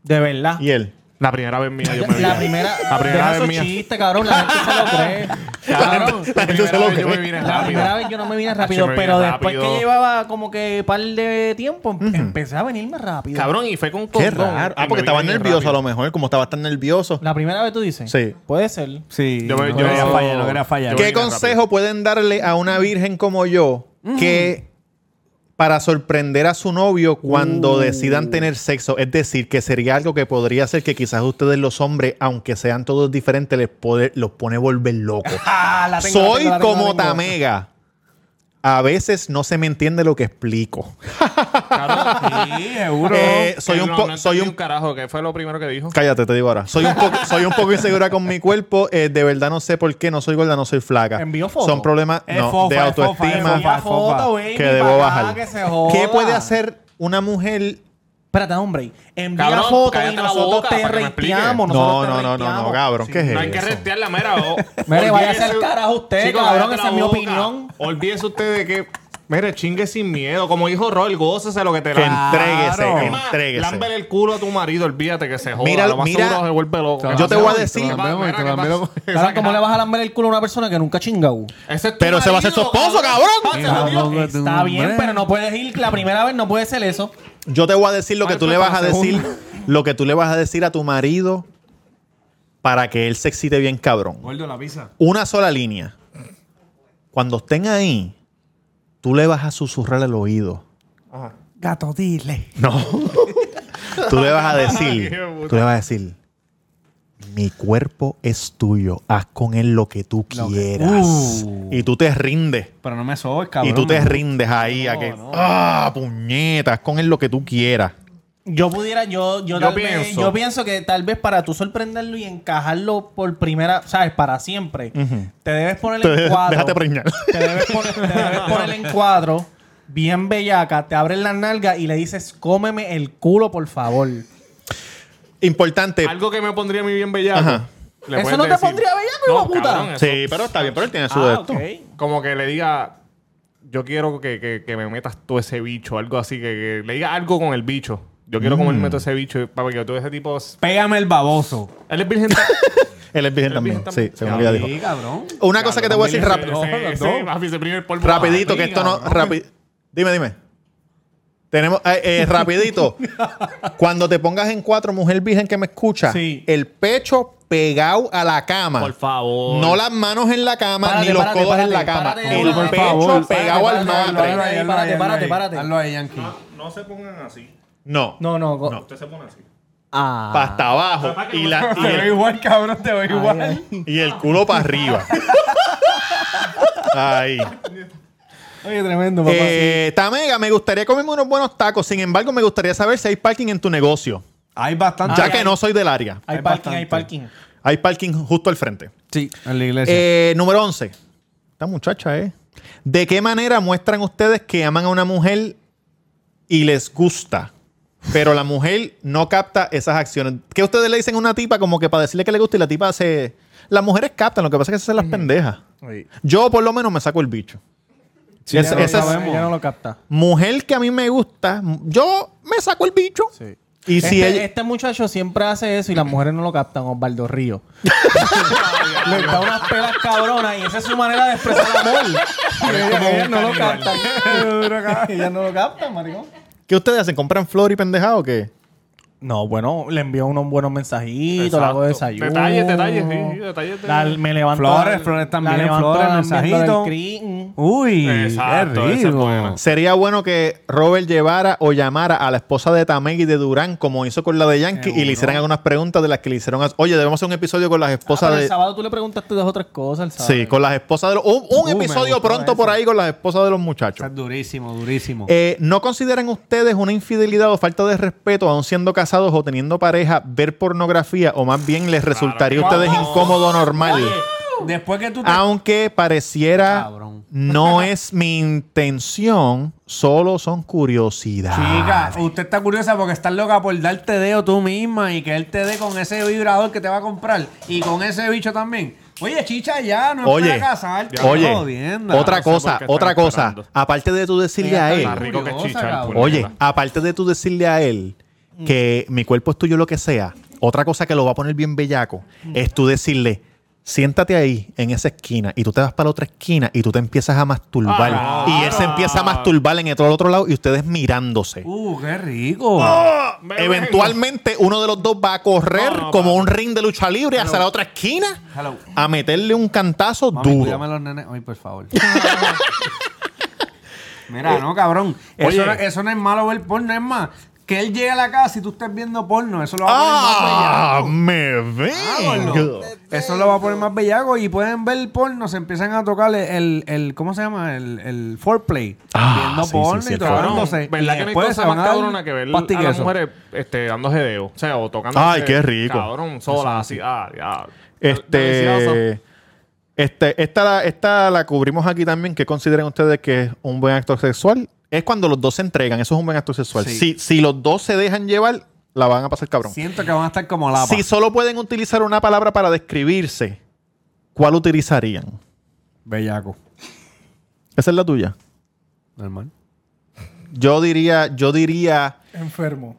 S5: De verdad.
S2: Y él.
S1: La primera vez mía, yo me
S5: la
S1: vi.
S5: primera,
S1: La primera
S5: deja
S1: vez
S5: esos
S1: mía.
S5: chistes, cabrón, la gente se lo cree. Cabrón,
S1: La
S2: gente se
S1: primera
S2: lo
S1: vez yo
S2: cree.
S1: me vine
S5: la
S1: rápido.
S5: primera vez yo no me vine
S1: Yo
S5: rápido,
S1: me vine
S5: pero después
S1: rápido.
S5: que llevaba como que par de tiempo, em- empecé a venirme rápido.
S1: Cabrón, y fue con
S2: Qué
S1: condón.
S2: raro.
S1: Y
S2: Ah,
S1: me
S2: porque
S1: vine
S2: estabas
S1: bien
S2: nervioso
S1: rápido.
S2: a lo mejor, como estabas tan nervioso.
S5: La primera vez tú dices.
S2: Sí.
S5: Puede ser.
S4: Sí.
S1: Yo me-
S4: no
S1: yo-
S4: quería fallar, no quería fallar.
S1: yo-
S2: ¿Qué
S1: bien
S2: consejo
S1: rápido.
S2: pueden darle a una virgen como yo que para sorprender a su novio cuando decidan tener sexo? Es decir, que sería algo que podría ser que quizás ustedes los hombres, aunque sean todos diferentes, les pode- los pone volver locos.
S5: Ah, la tengo, la
S2: Soy
S5: tengo, la tengo, la
S2: como
S5: tengo.
S2: Tamega. A veces no se me entiende lo que explico.
S4: Sí, seguro.
S2: Eh, soy
S1: Que
S2: un
S1: no,
S2: po-
S1: no
S2: soy
S1: entendí
S2: un
S1: un carajo, que fue lo primero que dijo.
S2: Cállate, te digo ahora. Soy un, poco- soy un poco insegura con mi cuerpo. eh, de verdad no sé por qué. No soy gorda, no soy flaca.
S5: Envío foto. Eh,
S2: Son problemas
S4: Es
S2: no,
S4: fofa,
S2: de
S4: es fofa, es
S2: autoestima
S4: fofa.
S5: Envía foto, baby,
S2: que debo
S5: pa' acá,
S2: bajar.
S5: Ah, que se joda.
S2: ¿Qué puede hacer una mujer?
S5: Espérate, hombre. Envía
S1: Cabrón,
S5: foto
S1: cállate
S5: y
S1: la
S5: nosotros
S1: boca
S5: te
S1: para que me explique.
S5: reiteamos.
S2: No, no, no, no, no, cabrón. ¿Qué es
S1: No hay que
S2: eso?
S1: retear la mera. o-
S5: Mire, vaya a
S1: olvídese-
S5: ser carajo usted,
S1: Chicos,
S5: cabrón,
S1: cállate
S5: esa
S1: la
S5: es mi
S1: boca.
S5: opinión.
S1: Olvídese usted de que. Mire, chingue sin miedo. Como dijo Roll, gócese lo que te
S2: Que
S1: da.
S2: entréguese,
S1: Es más,
S2: entréguese.
S1: Lámbele el culo a tu marido, olvídate que se joda.
S2: Mira,
S1: lo más
S2: mira,
S1: seguro se vuelve loco.
S2: yo te voy a decir-
S1: Mira,
S4: Te la
S1: mira,
S4: te la
S1: ¿qué
S4: miro.
S1: pasa?
S5: Claro, ¿cómo le vas a lamber el culo a una persona que nunca ha chingado?
S1: Ese es tu
S2: Pero se va a hacer su
S1: marido,
S2: esposo,
S1: Pásalo,
S4: cabrón.
S1: Dios.
S4: Hombre, tú,
S5: Está bien,
S4: hombre.
S5: pero no puedes ir la primera vez, no puede ser eso.
S2: Yo te voy a decir lo que
S1: Vale,
S2: tú
S1: pues,
S2: le vas a
S1: para la
S2: decir. Lo que tú le vas a decir a tu marido para que él se excite bien cabrón.
S4: Gordo, la pizza.
S2: Una sola línea. Cuando estén ahí, tú le vas a susurrar al oído.
S4: Gato, dile.
S2: No. tú le vas a decir,
S1: Qué puta.
S2: tú le vas a decir, mi cuerpo es tuyo, haz con él lo que tú
S4: Lo que-
S2: quieras.
S4: Uh.
S2: Y tú te rindes.
S4: Pero no me sobes, cabrón.
S2: y tú te
S4: Me-
S2: rindes ahí a que, ah, puñetas, con él lo que tú quieras.
S5: Yo pudiera, yo,
S1: Yo
S5: yo, tal
S1: pienso.
S5: Vez, yo pienso que tal vez para tú sorprenderlo y encajarlo por primera, sabes, para siempre, te debes poner en cuadro.
S2: Déjate preñar.
S5: te debes poner, te debes poner en cuadro, bien bellaca, te abres la nalga y le dices, cómeme el culo, por favor.
S2: Importante.
S1: Algo que me pondría a mí bien bellaco.
S2: Ajá.
S1: Le
S5: ¿Eso
S1: puedes
S5: no te
S1: decir.
S5: pondría bellaco,
S1: No,
S5: hijo de puta?
S1: cabrón, eso-
S2: Sí, pero está bien, pero él tiene su de
S5: Ah,
S2: esto.
S5: ok.
S1: Como que le diga, yo quiero que, que- que me metas todo ese bicho, algo así, que, que le diga algo con el bicho. Yo quiero comerme todo ese bicho, para que todo ese tipo...
S4: Pégame el baboso.
S1: Él es virgen. ta-
S2: Él es
S1: Él
S2: virgen
S1: es
S2: también.
S1: virgen también.
S2: Sí, según ella dijo.
S4: Sí, cabrón.
S2: Una cosa que te voy a decir
S1: Ese-
S2: rápido.
S1: ese-
S4: Los
S1: ese-
S4: dos.
S1: papi, ese primer polvo.
S2: Rapidito, que esto no. rapi- Dime, dime. Tenemos. eh, eh, rapidito. Cuando te pongas en cuatro, mujer virgen que me escucha,
S5: Sí.
S2: el pecho pegado a la cama.
S1: Por favor.
S2: No las manos en la cama,
S5: Párate,
S2: ni los
S5: párate,
S2: codos en la
S5: párate,
S2: cama.
S5: párate,
S2: el
S5: por
S2: pecho pegado
S5: favor, párate,
S2: al
S5: párate,
S2: madre.
S5: párate. Ahí, párate, párate, párate.
S4: Hazlo ahí, Yankee.
S1: No se pongan así.
S2: No.
S5: No, no, go-
S1: Usted se pone así.
S5: Ah.
S2: Para hasta abajo. Y, la- y
S4: Te veo
S2: el,
S4: igual, cabrón, te veo igual.
S1: eh.
S2: y el culo para arriba. Ahí.
S5: Oye, tremendo, papá.
S2: Eh, Tamega, me gustaría comerme unos buenos tacos. Sin embargo, me gustaría saber si hay parking en tu negocio.
S4: Hay bastante.
S5: Ah,
S2: Ya que no soy del área.
S5: hay,
S4: hay
S5: parking, hay
S4: bastante.
S5: parking.
S2: Hay parking justo al frente.
S4: Sí, en la iglesia.
S2: Eh, número 11. Esta muchacha, ¿eh? ¿De qué manera muestran ustedes que aman a una mujer y les gusta? Pero la mujer no capta esas acciones. ¿Qué ustedes le dicen a una tipa como que para decirle que le gusta y la tipa hace... Las mujeres captan, lo que pasa es que se hacen las pendejas. Yo por lo menos me saco el bicho.
S4: Sí,
S2: esa-
S4: ya lo
S2: esa es-
S4: sabemos.
S5: Ella no lo capta.
S2: Mujer que a mí me gusta, yo me saco el bicho. Y si
S5: este,
S2: ella-
S5: este muchacho siempre hace eso y las mujeres no lo captan, Osvaldo Río. Le da unas pelas cabronas y esa es su manera de expresar amor. Y
S1: Eres
S5: ella-
S1: como
S5: ellas
S1: un
S5: no lo
S1: caníbal.
S5: captan. Ellas no lo captan, maricón.
S2: ¿Qué ustedes hacen? ¿Compran flor y pendejado o qué?
S5: No, bueno, le envío unos buenos mensajitos, le hago
S1: Exacto.
S5: desayuno.
S1: Detalles, detalles, sí, sí, detalles de-
S5: La- me levanto
S4: Flores,
S5: al-
S4: flores también,
S5: la levanto
S4: flores,
S5: al ambiente
S4: mensajitos.
S5: del crin. Ah,
S4: Uy,
S1: Exacto,
S4: qué
S1: esa es
S4: rico.
S1: buena.
S2: Sería bueno que Robert llevara o llamara a la esposa de Tamegui de Durán, como hizo con la de Yankee, y le hicieran algunas preguntas de las que le hicieron. a- Oye, debemos hacer un episodio con las
S5: Ah,
S2: esposas
S5: pero el
S2: de.
S5: sábado tú le preguntaste dos otras cosas. el sábado.
S2: Sí, con las esposas de los. Un, un
S5: Uh, me
S2: episodio
S5: gustó
S2: pronto
S5: eso.
S2: por ahí con las esposas de los muchachos.
S4: Esa es durísimo, durísimo.
S2: Eh, ¿No consideran ustedes una infidelidad o falta de respeto, aun siendo casados o teniendo pareja, ver pornografía o más bien les resultaría a ustedes incómodo o normal?
S4: Después que tú te...
S2: Aunque pareciera
S4: Cabrón.
S2: no es mi intención, solo son curiosidad.
S4: Chica, usted está curiosa porque estás loca por darte deo tú misma y que él te dé con ese vibrador que te va a comprar y con ese bicho también. Oye, chicha, ya, no es
S2: Oye,
S4: para casarte.
S2: oye,
S4: Jodienda.
S2: otra
S1: no sé por
S2: cosa,
S1: qué están
S2: otra cosa.
S1: esperando.
S2: Aparte de tú decirle
S4: Ella
S2: a
S4: está
S2: él,
S1: Más rico que
S4: Curiosa,
S1: chicha. el
S4: cabrón.
S2: Oye,
S1: puñeta.
S2: aparte de tú decirle a él que mi cuerpo es tuyo lo que sea, otra cosa que lo va a poner bien bellaco es tú decirle, siéntate ahí en esa esquina y tú te vas para la otra esquina y tú te empiezas a masturbar
S1: Ah,
S2: y él se empieza a masturbar en el otro, otro lado y ustedes mirándose.
S4: Uh, qué rico.
S2: Ah,
S1: Me-
S2: Eventualmente uno de los dos va a correr
S1: Ah, No, no,
S2: como un ring de lucha libre hacia la otra esquina
S4: Hello.
S2: a meterle un cantazo
S4: Mami,
S2: duro.
S4: cuídame a los nenes hoy, por favor. Mira, no, cabrón. Eso,
S1: Oye.
S4: no- eso no es malo ver porno, es más. Que él llegue a la casa y tú estés viendo porno, eso lo va a
S2: ¡Ah!
S4: poner más
S2: ¡Me
S4: bellaco.
S2: vengo!
S4: Háganlo. Eso lo va a poner más bellaco y pueden ver porno, se empiezan a tocar el, el, el- ¿cómo se llama? El, el foreplay.
S2: Ah,
S4: viendo
S2: sí, sí,
S4: porno
S2: sí,
S4: y
S2: el foreplay.
S1: Cabrón,
S4: tocándose.
S1: ¿Verdad
S4: Y
S1: que no hay
S4: después se
S1: cosa
S4: van
S1: más
S4: a dar
S1: cabrona que ver a las
S4: pastiqueso.
S1: mujeres este, dando jedeo? O sea, o tocando.
S2: Ay, qué rico.
S1: Cabrón, sola, así. Ah, diablo. Delicioso.
S2: Este, este, esta, la, esta la cubrimos aquí también. ¿Qué consideran ustedes que es un buen acto sexual? Es cuando los dos se entregan. Eso es un buen acto sexual.
S4: Sí.
S2: Si, si los dos se dejan llevar, la van a pasar cabrón.
S4: Siento que van a estar como la
S2: Si solo pueden utilizar una palabra para describirse, ¿cuál utilizarían?
S4: Bellaco.
S2: Esa es la tuya.
S4: Normal.
S2: Yo diría, yo diría,
S5: Enfermo.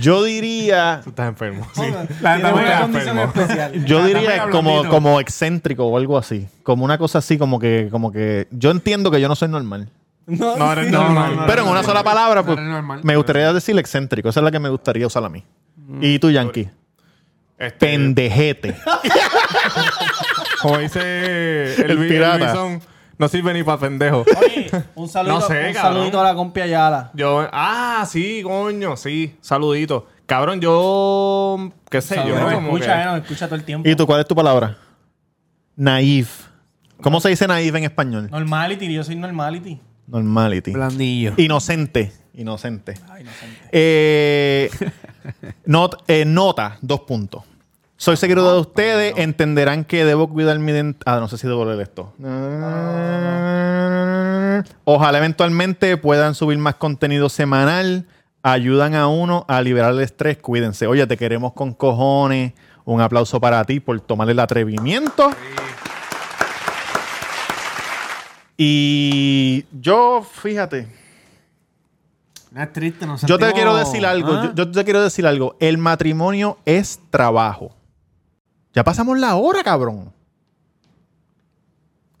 S2: yo diría,
S1: Tú estás enfermo. Sí.
S4: La
S5: Tiene
S1: también
S5: una
S1: era
S5: condición
S1: enfermo.
S5: especial.
S2: yo
S4: Dame
S2: diría
S4: la
S2: como,
S4: blondito.
S2: como excéntrico o algo así. Como una cosa así, como que, como que. Yo entiendo que yo no soy normal.
S1: No, eres
S5: sí.
S1: normal.
S2: Pero en una sola palabra,
S4: No,
S2: pues,
S4: no es normal.
S2: me gustaría decir excéntrico. Esa es la que me gustaría usar a mí. Y tú, Yankee.
S1: Este,
S2: Pendejete.
S1: Como dice el,
S2: El
S1: vi- el
S2: pirata.
S1: Bison, no sirve ni para pendejo.
S5: Oye, un saludito,
S1: No sé,
S5: un
S1: cabrón.
S5: saludito a la compi Ayala.
S1: Yo, ah, sí, coño, sí. Saludito. Cabrón, yo. ¿Qué sé yo?
S5: Nos
S1: ¿no? Como
S5: escucha,
S1: que-
S5: eh, nos escucha todo el tiempo.
S2: ¿Y tú cuál es tu palabra? Naif. ¿Cómo se dice naif en español?
S5: Normality, yo soy normality.
S2: Normality.
S4: Blandillo.
S2: Inocente. Ah, Inocente. Eh, not- eh, nota, dos puntos. Soy seguidor de ustedes, entenderán que debo cuidar mi identidad. Ah, no sé si debo leer esto. Ojalá eventualmente puedan subir más contenido semanal. Ayudan a uno a liberar el estrés. Cuídense. Oye, te queremos con cojones. Un aplauso para ti por tomar el atrevimiento. Y yo, fíjate,
S4: No es triste, no ¿Ah?
S2: yo te quiero decir algo. Yo, yo te quiero decir algo. El matrimonio es trabajo. Ya pasamos la hora, cabrón.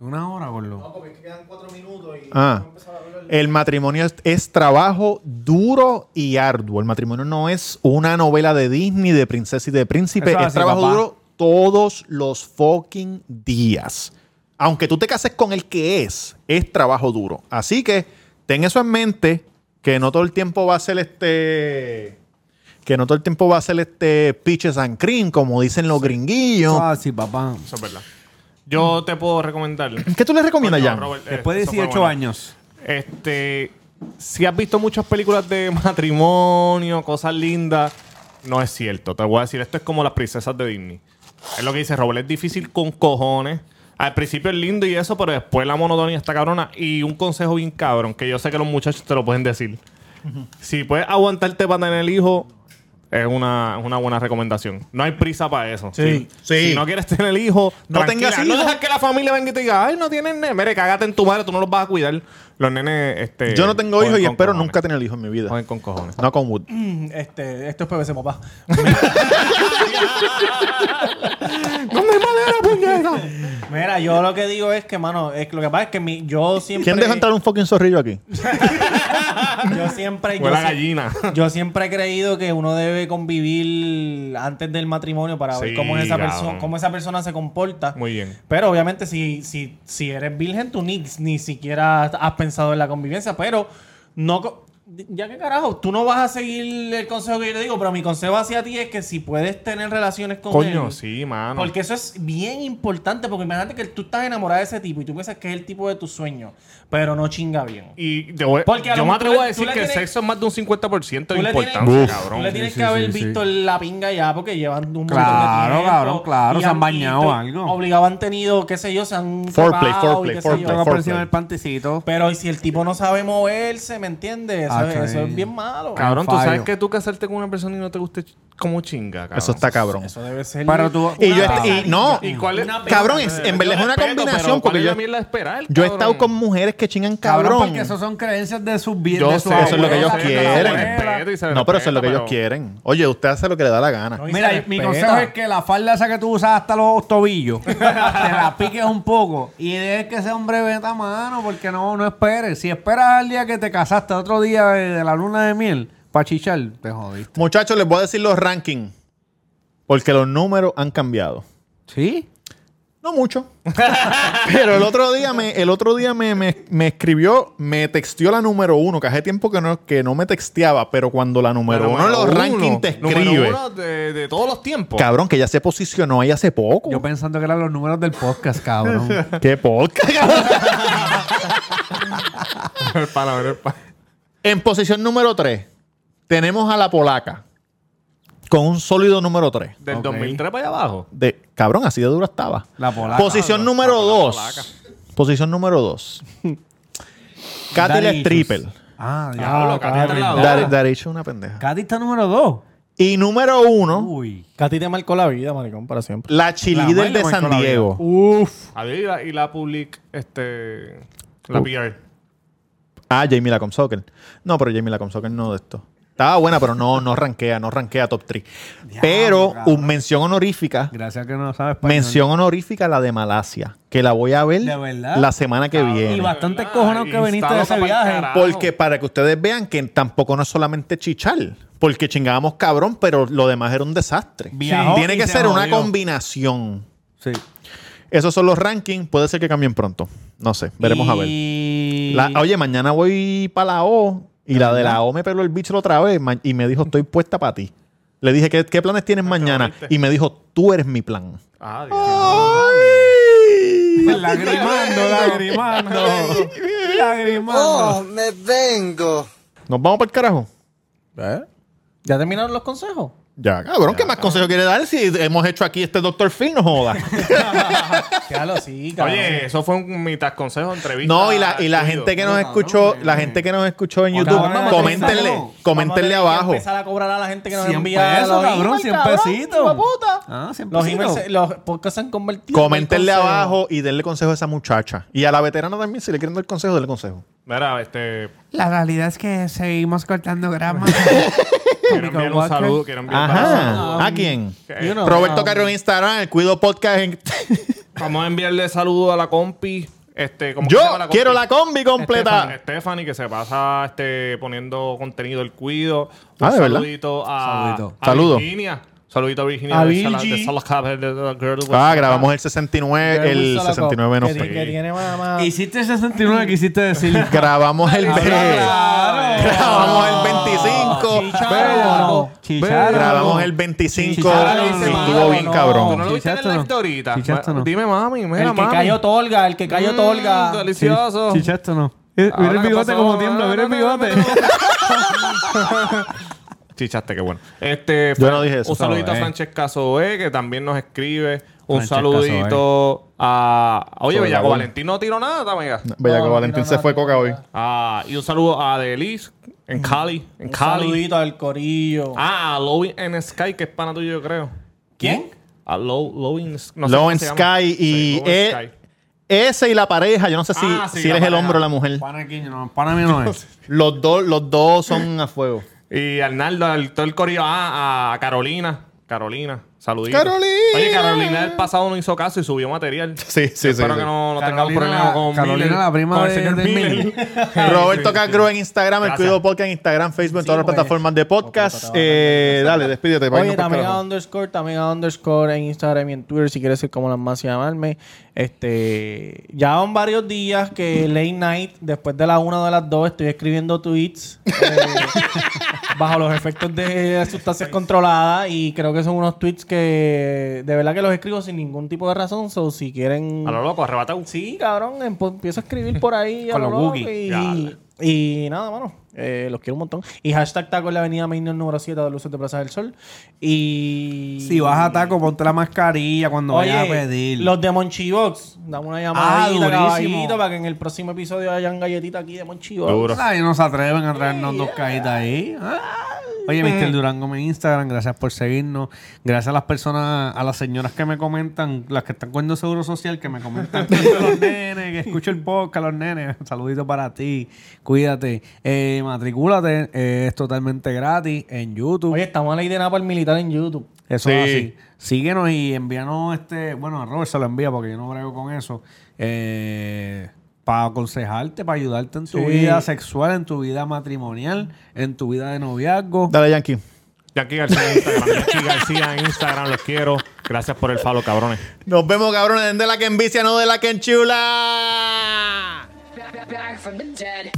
S4: Una hora, gordo.
S2: Ah. El matrimonio es, es trabajo duro y arduo. El matrimonio no es una novela de Disney, de princesa y de príncipe.
S4: Eso
S2: es
S4: es así,
S2: trabajo
S4: papá.
S2: duro todos los fucking días. Aunque tú te cases con el que es, es trabajo duro. Así que ten eso en mente, que no todo el tiempo va a ser este... Que no todo el tiempo va a ser este pitches and cream, como dicen los gringuillos.
S4: Ah, sí, papá.
S1: Eso es verdad. Yo te puedo recomendar.
S2: ¿Qué tú le recomiendas,
S1: Coño,
S2: Jan?
S1: Robert, eh,
S4: Después de
S1: eso fue
S4: 18
S1: bueno.
S4: años.
S1: Este, si has visto muchas películas de matrimonio, cosas lindas, no es cierto. Te voy a decir, esto es como las princesas de Disney. Es lo que dice Robert, es difícil con cojones. Al principio es lindo y eso, pero después la monotonía está cabrona. Y un consejo bien cabrón, que yo sé que los muchachos te lo pueden decir. Si puedes aguantarte para tener el hijo, es una, es una buena recomendación. No hay prisa para eso.
S2: Sí,
S1: Si-
S2: sí.
S1: Si no quieres tener hijos,
S2: No
S1: tranquila,
S2: tengas
S1: No
S2: hijos.
S1: dejes que la familia venga y te diga, ay, no tienes nene. Mire, cágate en tu madre, tú no los vas a cuidar. Los nenes, este.
S2: Yo no tengo
S1: joden
S2: hijos y
S1: con
S2: espero
S1: cojones.
S2: nunca tener hijos en mi vida.
S1: Joden con cojones.
S2: No con Wood.
S5: Este, esto es PVC, papá. Mira, yo lo que digo es que, mano, es, que lo que pasa es que mi, yo siempre.
S2: ¿Quién deja entrar un fucking zorrillo aquí?
S5: Yo siempre.
S1: Fue
S5: Yo,
S1: la
S5: sie-
S1: gallina.
S5: yo siempre he creído que uno debe convivir antes del matrimonio para ver
S1: Sí,
S5: cómo, es esa
S1: cabrón.
S5: persona, cómo esa persona se comporta.
S1: Muy bien.
S5: Pero obviamente, si, si, si eres virgen, tú ni, ni siquiera has pensado en la convivencia. Pero no. co- Ya que carajo, tú no vas a seguir el consejo que yo te digo, pero mi consejo hacia ti es que si puedes tener relaciones con
S1: Coño,
S5: él,
S1: sí, mano.
S5: porque eso es bien importante, porque imagínate que tú estás enamorada de ese tipo y tú piensas que es el tipo de tus sueños, pero no chinga bien.
S1: Y te voy-
S5: Porque a
S1: yo
S5: lo
S1: me
S5: mejor
S1: atrevo a
S5: tú
S1: decir
S5: le
S1: que el
S5: tienes-
S1: sexo es más de un 50% de
S5: Tú le tienes,
S1: importancia,
S5: tú
S1: cabrón.
S5: le tienes
S4: Sí,
S5: que
S4: sí,
S5: haber
S4: sí,
S5: visto
S4: sí.
S5: la pinga ya, porque llevan un montón de
S4: Claro,
S5: tiempo
S4: cabrón, claro,
S5: y
S4: se han bañado
S5: y tú-
S4: algo.
S5: Obligado han tenido, qué sé yo, se han
S2: Foreplay,
S5: tocado y
S2: foreplay,
S5: qué sé
S2: foreplay.
S5: yo.
S2: Tengo por encima del
S4: pantecito.
S5: Pero y si el tipo no sabe moverse, ¿me entiendes? Eso,
S4: Ah,
S5: es- eso
S4: sí.
S5: es bien malo.
S1: Cabrón, tú
S4: Fallo.
S1: sabes que tú casarte con una persona y no te guste ch- como chinga, cabrón.
S2: Eso está cabrón.
S5: Eso debe
S1: Pues,
S5: ser.
S4: Pero tú-
S2: Y yo
S5: una
S2: est- y
S5: pesadilla.
S2: no,
S1: ¿Y cuál es? em-
S5: Una
S2: cabrón,
S5: pena,
S2: es-
S5: de
S2: en verdad es una
S1: Respeto, pero
S2: combinación
S1: ¿cuál
S2: porque
S1: es
S2: yo,
S1: la mierda de esperar,
S2: yo he
S1: cabrón?
S2: estado con mujeres que chingan
S4: Cabrón,
S2: cabrón.
S4: porque eso son creencias de sus
S1: Yo
S4: bienes.
S1: sé,
S2: eso es lo que ellos quieren. no, pero eso es lo que ellos
S1: quieren.
S2: quieren. Oye, usted hace lo que le da la gana.
S5: No, y se
S4: Mira, mi
S5: respeta.
S4: consejo es que la falda esa que tú usas hasta los tobillos, te la piques un poco y dejes que ese hombre veta mano, porque no, no esperes. Si esperas al día que te casaste, otro día de, de la luna de miel, para chichar, te jodiste.
S2: Muchachos, les voy a decir los rankings. Porque los números han cambiado.
S4: ¿Sí?
S2: No mucho. Pero el otro día me, el otro día me, me- me escribió, me texteó la número uno, que hace tiempo que no, que no me texteaba, pero cuando la número, uno en los rankings te escribe.
S1: Número uno de, de todos los tiempos.
S2: Cabrón, que ya se posicionó ahí hace poco.
S4: Yo pensando que eran los números del podcast, cabrón.
S2: ¡Qué podcast! cabrón?
S1: El pana, el pana.
S2: en posición número 3 tenemos a la polaca con un sólido número 3.
S1: Del
S4: Ok.
S1: 2003 para allá abajo.
S2: De, cabrón, así de dura estaba.
S4: La polaca.
S2: Posición
S4: La-
S2: número
S1: la
S2: 2.
S1: polaca.
S2: Posición número 2. Katy la
S4: Daddy issues.
S2: stripper.
S4: Ah,
S1: Diablo,
S4: diablo,
S1: Katy
S4: Katy.
S1: la
S5: Ah,
S4: Katy.
S1: dos.
S2: Dar- Daricho es una pendeja.
S4: Katy está número 2.
S2: Y número
S5: Uh,
S2: 1,
S4: Uy.
S5: Katy te marcó la vida, maricón, para siempre.
S2: la cheerleader
S4: La Uh,
S2: de
S4: Miley
S2: San
S4: Michael
S2: Diego.
S5: Uh. Uf.
S1: Adiós, y la, y la public, este... La PR.
S2: Ah, Jamie Lacombe Soccer. No, pero Jamie Lacombe Soccer no de esto. Estaba buena, pero no, no rankea, no rankea top 3. Pero, un mención honorífica.
S4: Gracias que no sabes español.
S2: Mención honorífica la de Malasia, que la voy a ver
S4: ¿De verdad?
S2: la semana que
S4: Y
S2: viene.
S4: bastante
S1: Ah,
S4: cojonado que
S1: y
S4: viniste
S1: está
S4: de ese
S1: loca pa'l
S4: viaje.
S1: carajo.
S2: Porque para que ustedes vean que tampoco no es solamente chichar, porque chingábamos cabrón, pero lo demás era un desastre.
S4: Viajó
S2: Tiene
S4: y
S2: que
S4: se
S2: ser una
S4: jodió.
S2: combinación.
S4: Sí.
S2: Esos son los rankings, puede ser que cambien pronto. No sé, veremos a ver.
S4: Y-
S2: La- oye, mañana voy para la O y la de la O me peló el bicho la otra vez ma- y me dijo, estoy puesta para ti. Le dije, ¿Qué, qué planes tienes mañana?
S1: bonito.
S2: Y me dijo, tú eres mi plan.
S1: Ah, Dios.
S4: Lagrimando, lagrimando. lagrimando.
S2: ¿Nos vamos para el carajo?
S5: ¿Ya terminaron los consejos?
S2: Ya, cabrón, ¿qué más consejo quiere dar si hemos hecho aquí este Dr. Phil? No joda.
S5: Claro, sí, cabrón.
S1: Oye, eso fue un mitad consejo, entrevista.
S2: Ah. No, y la, y la gente que nos escuchó, la gente que nos escuchó en YouTube,
S4: Cabrón,
S2: coméntenle,
S4: vamos a
S2: coméntenle
S5: Vamos a tener que
S2: abajo.
S5: Empezar a cobrar a la gente que nos
S4: Cien
S5: envía
S4: pesos,
S5: los
S4: cabrón,
S5: emails,
S4: cien
S5: cabrón,
S4: pesitos.
S5: hijo de puta.
S4: Ah, cien
S5: los
S4: pesitos.
S5: emails, se- los podcasts se han convertido. en
S2: Coméntenle
S5: consejo.
S2: abajo y denle consejo a esa muchacha. Y a la veterana también, si le quieren dar consejo, denle consejo.
S1: Mira, este...
S4: La realidad es que seguimos cortando grama.
S1: Quiero enviar un
S4: Walker.
S1: saludo, quiero enviar un saludo.
S2: Ajá. ¿A quién?
S1: You know,
S2: Roberto Carrión en Instagram, el Cuido Podcast. en-
S1: Vamos a enviarle saludo a la compi. Este, ¿cómo que
S2: Yo
S1: se llama
S2: quiero
S1: compi? Este
S2: la combi completa.
S1: Stephanie, que se pasa este, poniendo contenido el cuido.
S2: Ah, ¿de verdad?
S1: saludito a,
S4: Saludito.
S1: a
S2: Saludo.
S1: Virginia. Saludito a Virginia
S5: A
S1: de Salas-
S5: Virgi.
S1: de Salas Cabez, de la Girl with
S2: Ah,
S1: Salas.
S2: grabamos el 69, el
S5: Gusto la
S2: 69 no
S5: que ti- Que
S2: sé.
S5: tiene más- más-
S4: Hiciste el 69, quisiste decir.
S2: Grabamos el
S4: Claro.
S2: Grabamos
S5: Ah,
S2: el 25.
S5: Chicharo.
S4: Chicharo.
S2: Grabamos el 25
S4: Chicharo
S2: y
S4: dice,
S2: estuvo
S5: mano,
S2: bien
S5: no.
S1: ¿Tú
S2: cabrón.
S1: no lo viste en
S4: Chichasto
S1: la
S4: no.
S1: historita?
S4: Chichasto no.
S1: Dime, mami. Mira,
S5: El que
S1: mami.
S5: cayó tolga, el que cayó
S1: Mm,
S5: tolga.
S1: Delicioso.
S4: Chichasto no. Eh,
S1: Ahora
S4: Mira el
S1: que
S4: bigote
S1: pasó-
S4: como tiembla, mira el
S1: No, no, no,
S4: bigote.
S1: no, no, no. Chichaste, qué bueno. Este,
S2: Yo no dije eso,
S1: Un saludito a
S4: eh.
S1: Sánchez Casoe, que también nos escribe. Un
S4: Sánchez
S1: saludito a. Oye,
S2: Sobre la
S1: Bellaco
S2: bola.
S1: Valentín no tiró nada, amiga.
S2: Bellaco
S5: No,
S2: Valentín
S5: no,
S2: se
S5: no,
S2: fue
S5: no,
S2: coca
S5: no.
S2: hoy.
S1: Ah, y un saludo a Delis, En Cali. En
S5: Un
S1: Cali.
S5: saludito al corillo.
S1: Ah, a Low in Sky, que es pana tuyo, yo creo.
S5: ¿Quién?
S1: A Low, Low in, no sé
S2: Low
S1: cómo
S2: in
S1: se llama.
S2: Sky
S1: Sí,
S2: y
S1: Low in
S2: eh,
S1: Sky.
S2: ese y la pareja. Yo no sé si,
S1: Ah, sí,
S2: si
S1: la
S2: eres el
S1: pareja.
S2: hombre o la mujer.
S4: Pana aquí, no, pana mí no es.
S2: Los dos, los dos son a fuego.
S1: Y Arnaldo, al- todo el corillo. Ah, a Carolina. Carolina, saludito.
S2: ¡Carolina!
S1: Oye, Carolina el pasado no hizo caso y subió material.
S2: Sí, sí, sí,
S1: Espero
S2: sí.
S1: que no, no tengamos
S4: Carolina-
S1: problemas con
S4: Carolina,
S1: Miller,
S4: la prima
S1: con el
S4: de-
S1: señor
S4: de
S1: Miller.
S2: Roberto Cacru en Instagram, el
S1: Gracias.
S2: Cuido Podcast en Instagram, Facebook, en todas las
S5: porque-
S2: plataformas de podcast.
S5: porque
S2: Eh, dale, despídete. para
S5: Oye,
S2: irnos por
S5: también a
S2: pues, carajo.
S5: underscore, también a underscore en Instagram y en Twitter si quieres ser como las más y llamarme. Este, ya van varios días que late night, después de la una o de las dos, estoy escribiendo tweets eh, bajo los efectos de sustancias controladas y creo que son unos tweets que de verdad que los escribo sin ningún tipo de razón. So, si quieren...
S1: A lo loco, arrebatado.
S5: Sí, cabrón, em- po- empiezo a escribir por ahí. a
S4: Con
S5: lo
S4: los
S5: loco
S4: boogies.
S1: Ya.
S5: Y, y nada, mano. eh, los quiero un montón. Y hashtag taco en la avenida Mainor número 7 de Luces de Plaza del Sol. Y.
S4: Si vas a taco, ponte la mascarilla cuando
S5: Oye,
S4: vayas a pedir. Ah,
S5: los de Monchibox. Dame una llamada
S4: durísimo.
S5: para que en el próximo episodio hayan galletitas aquí de Monchibox.
S1: Duro.
S4: Ay, no se atreven a traernos dos cajitas ahí. Ah. Oye, Mr. Durán Gómez en Instagram, gracias por seguirnos. Gracias a las personas, a las señoras que me comentan, las que están cogiendo seguro social, que me comentan los nenes, que escucho el podcast, los nenes. Saludito para ti, cuídate. Eh, matricúlate, eh, es totalmente gratis en YouTube.
S5: Oye, estamos a la idea para el militar en YouTube.
S4: Eso es
S2: Sí.
S4: así. Síguenos y envíanos este. Bueno, a Robert se lo envía porque yo no brego con eso. Eh, para aconsejarte, para ayudarte en tu
S5: Sí.
S4: vida sexual, en tu vida matrimonial, en tu vida de noviazgo.
S2: Dale, Yankee.
S1: Jackie García en Instagram. Jackie García en Instagram, los quiero. Gracias por el follow, cabrones.
S2: Nos vemos, cabrones. De la que envicia, no de la que enchula.
S6: Back, back from the dead.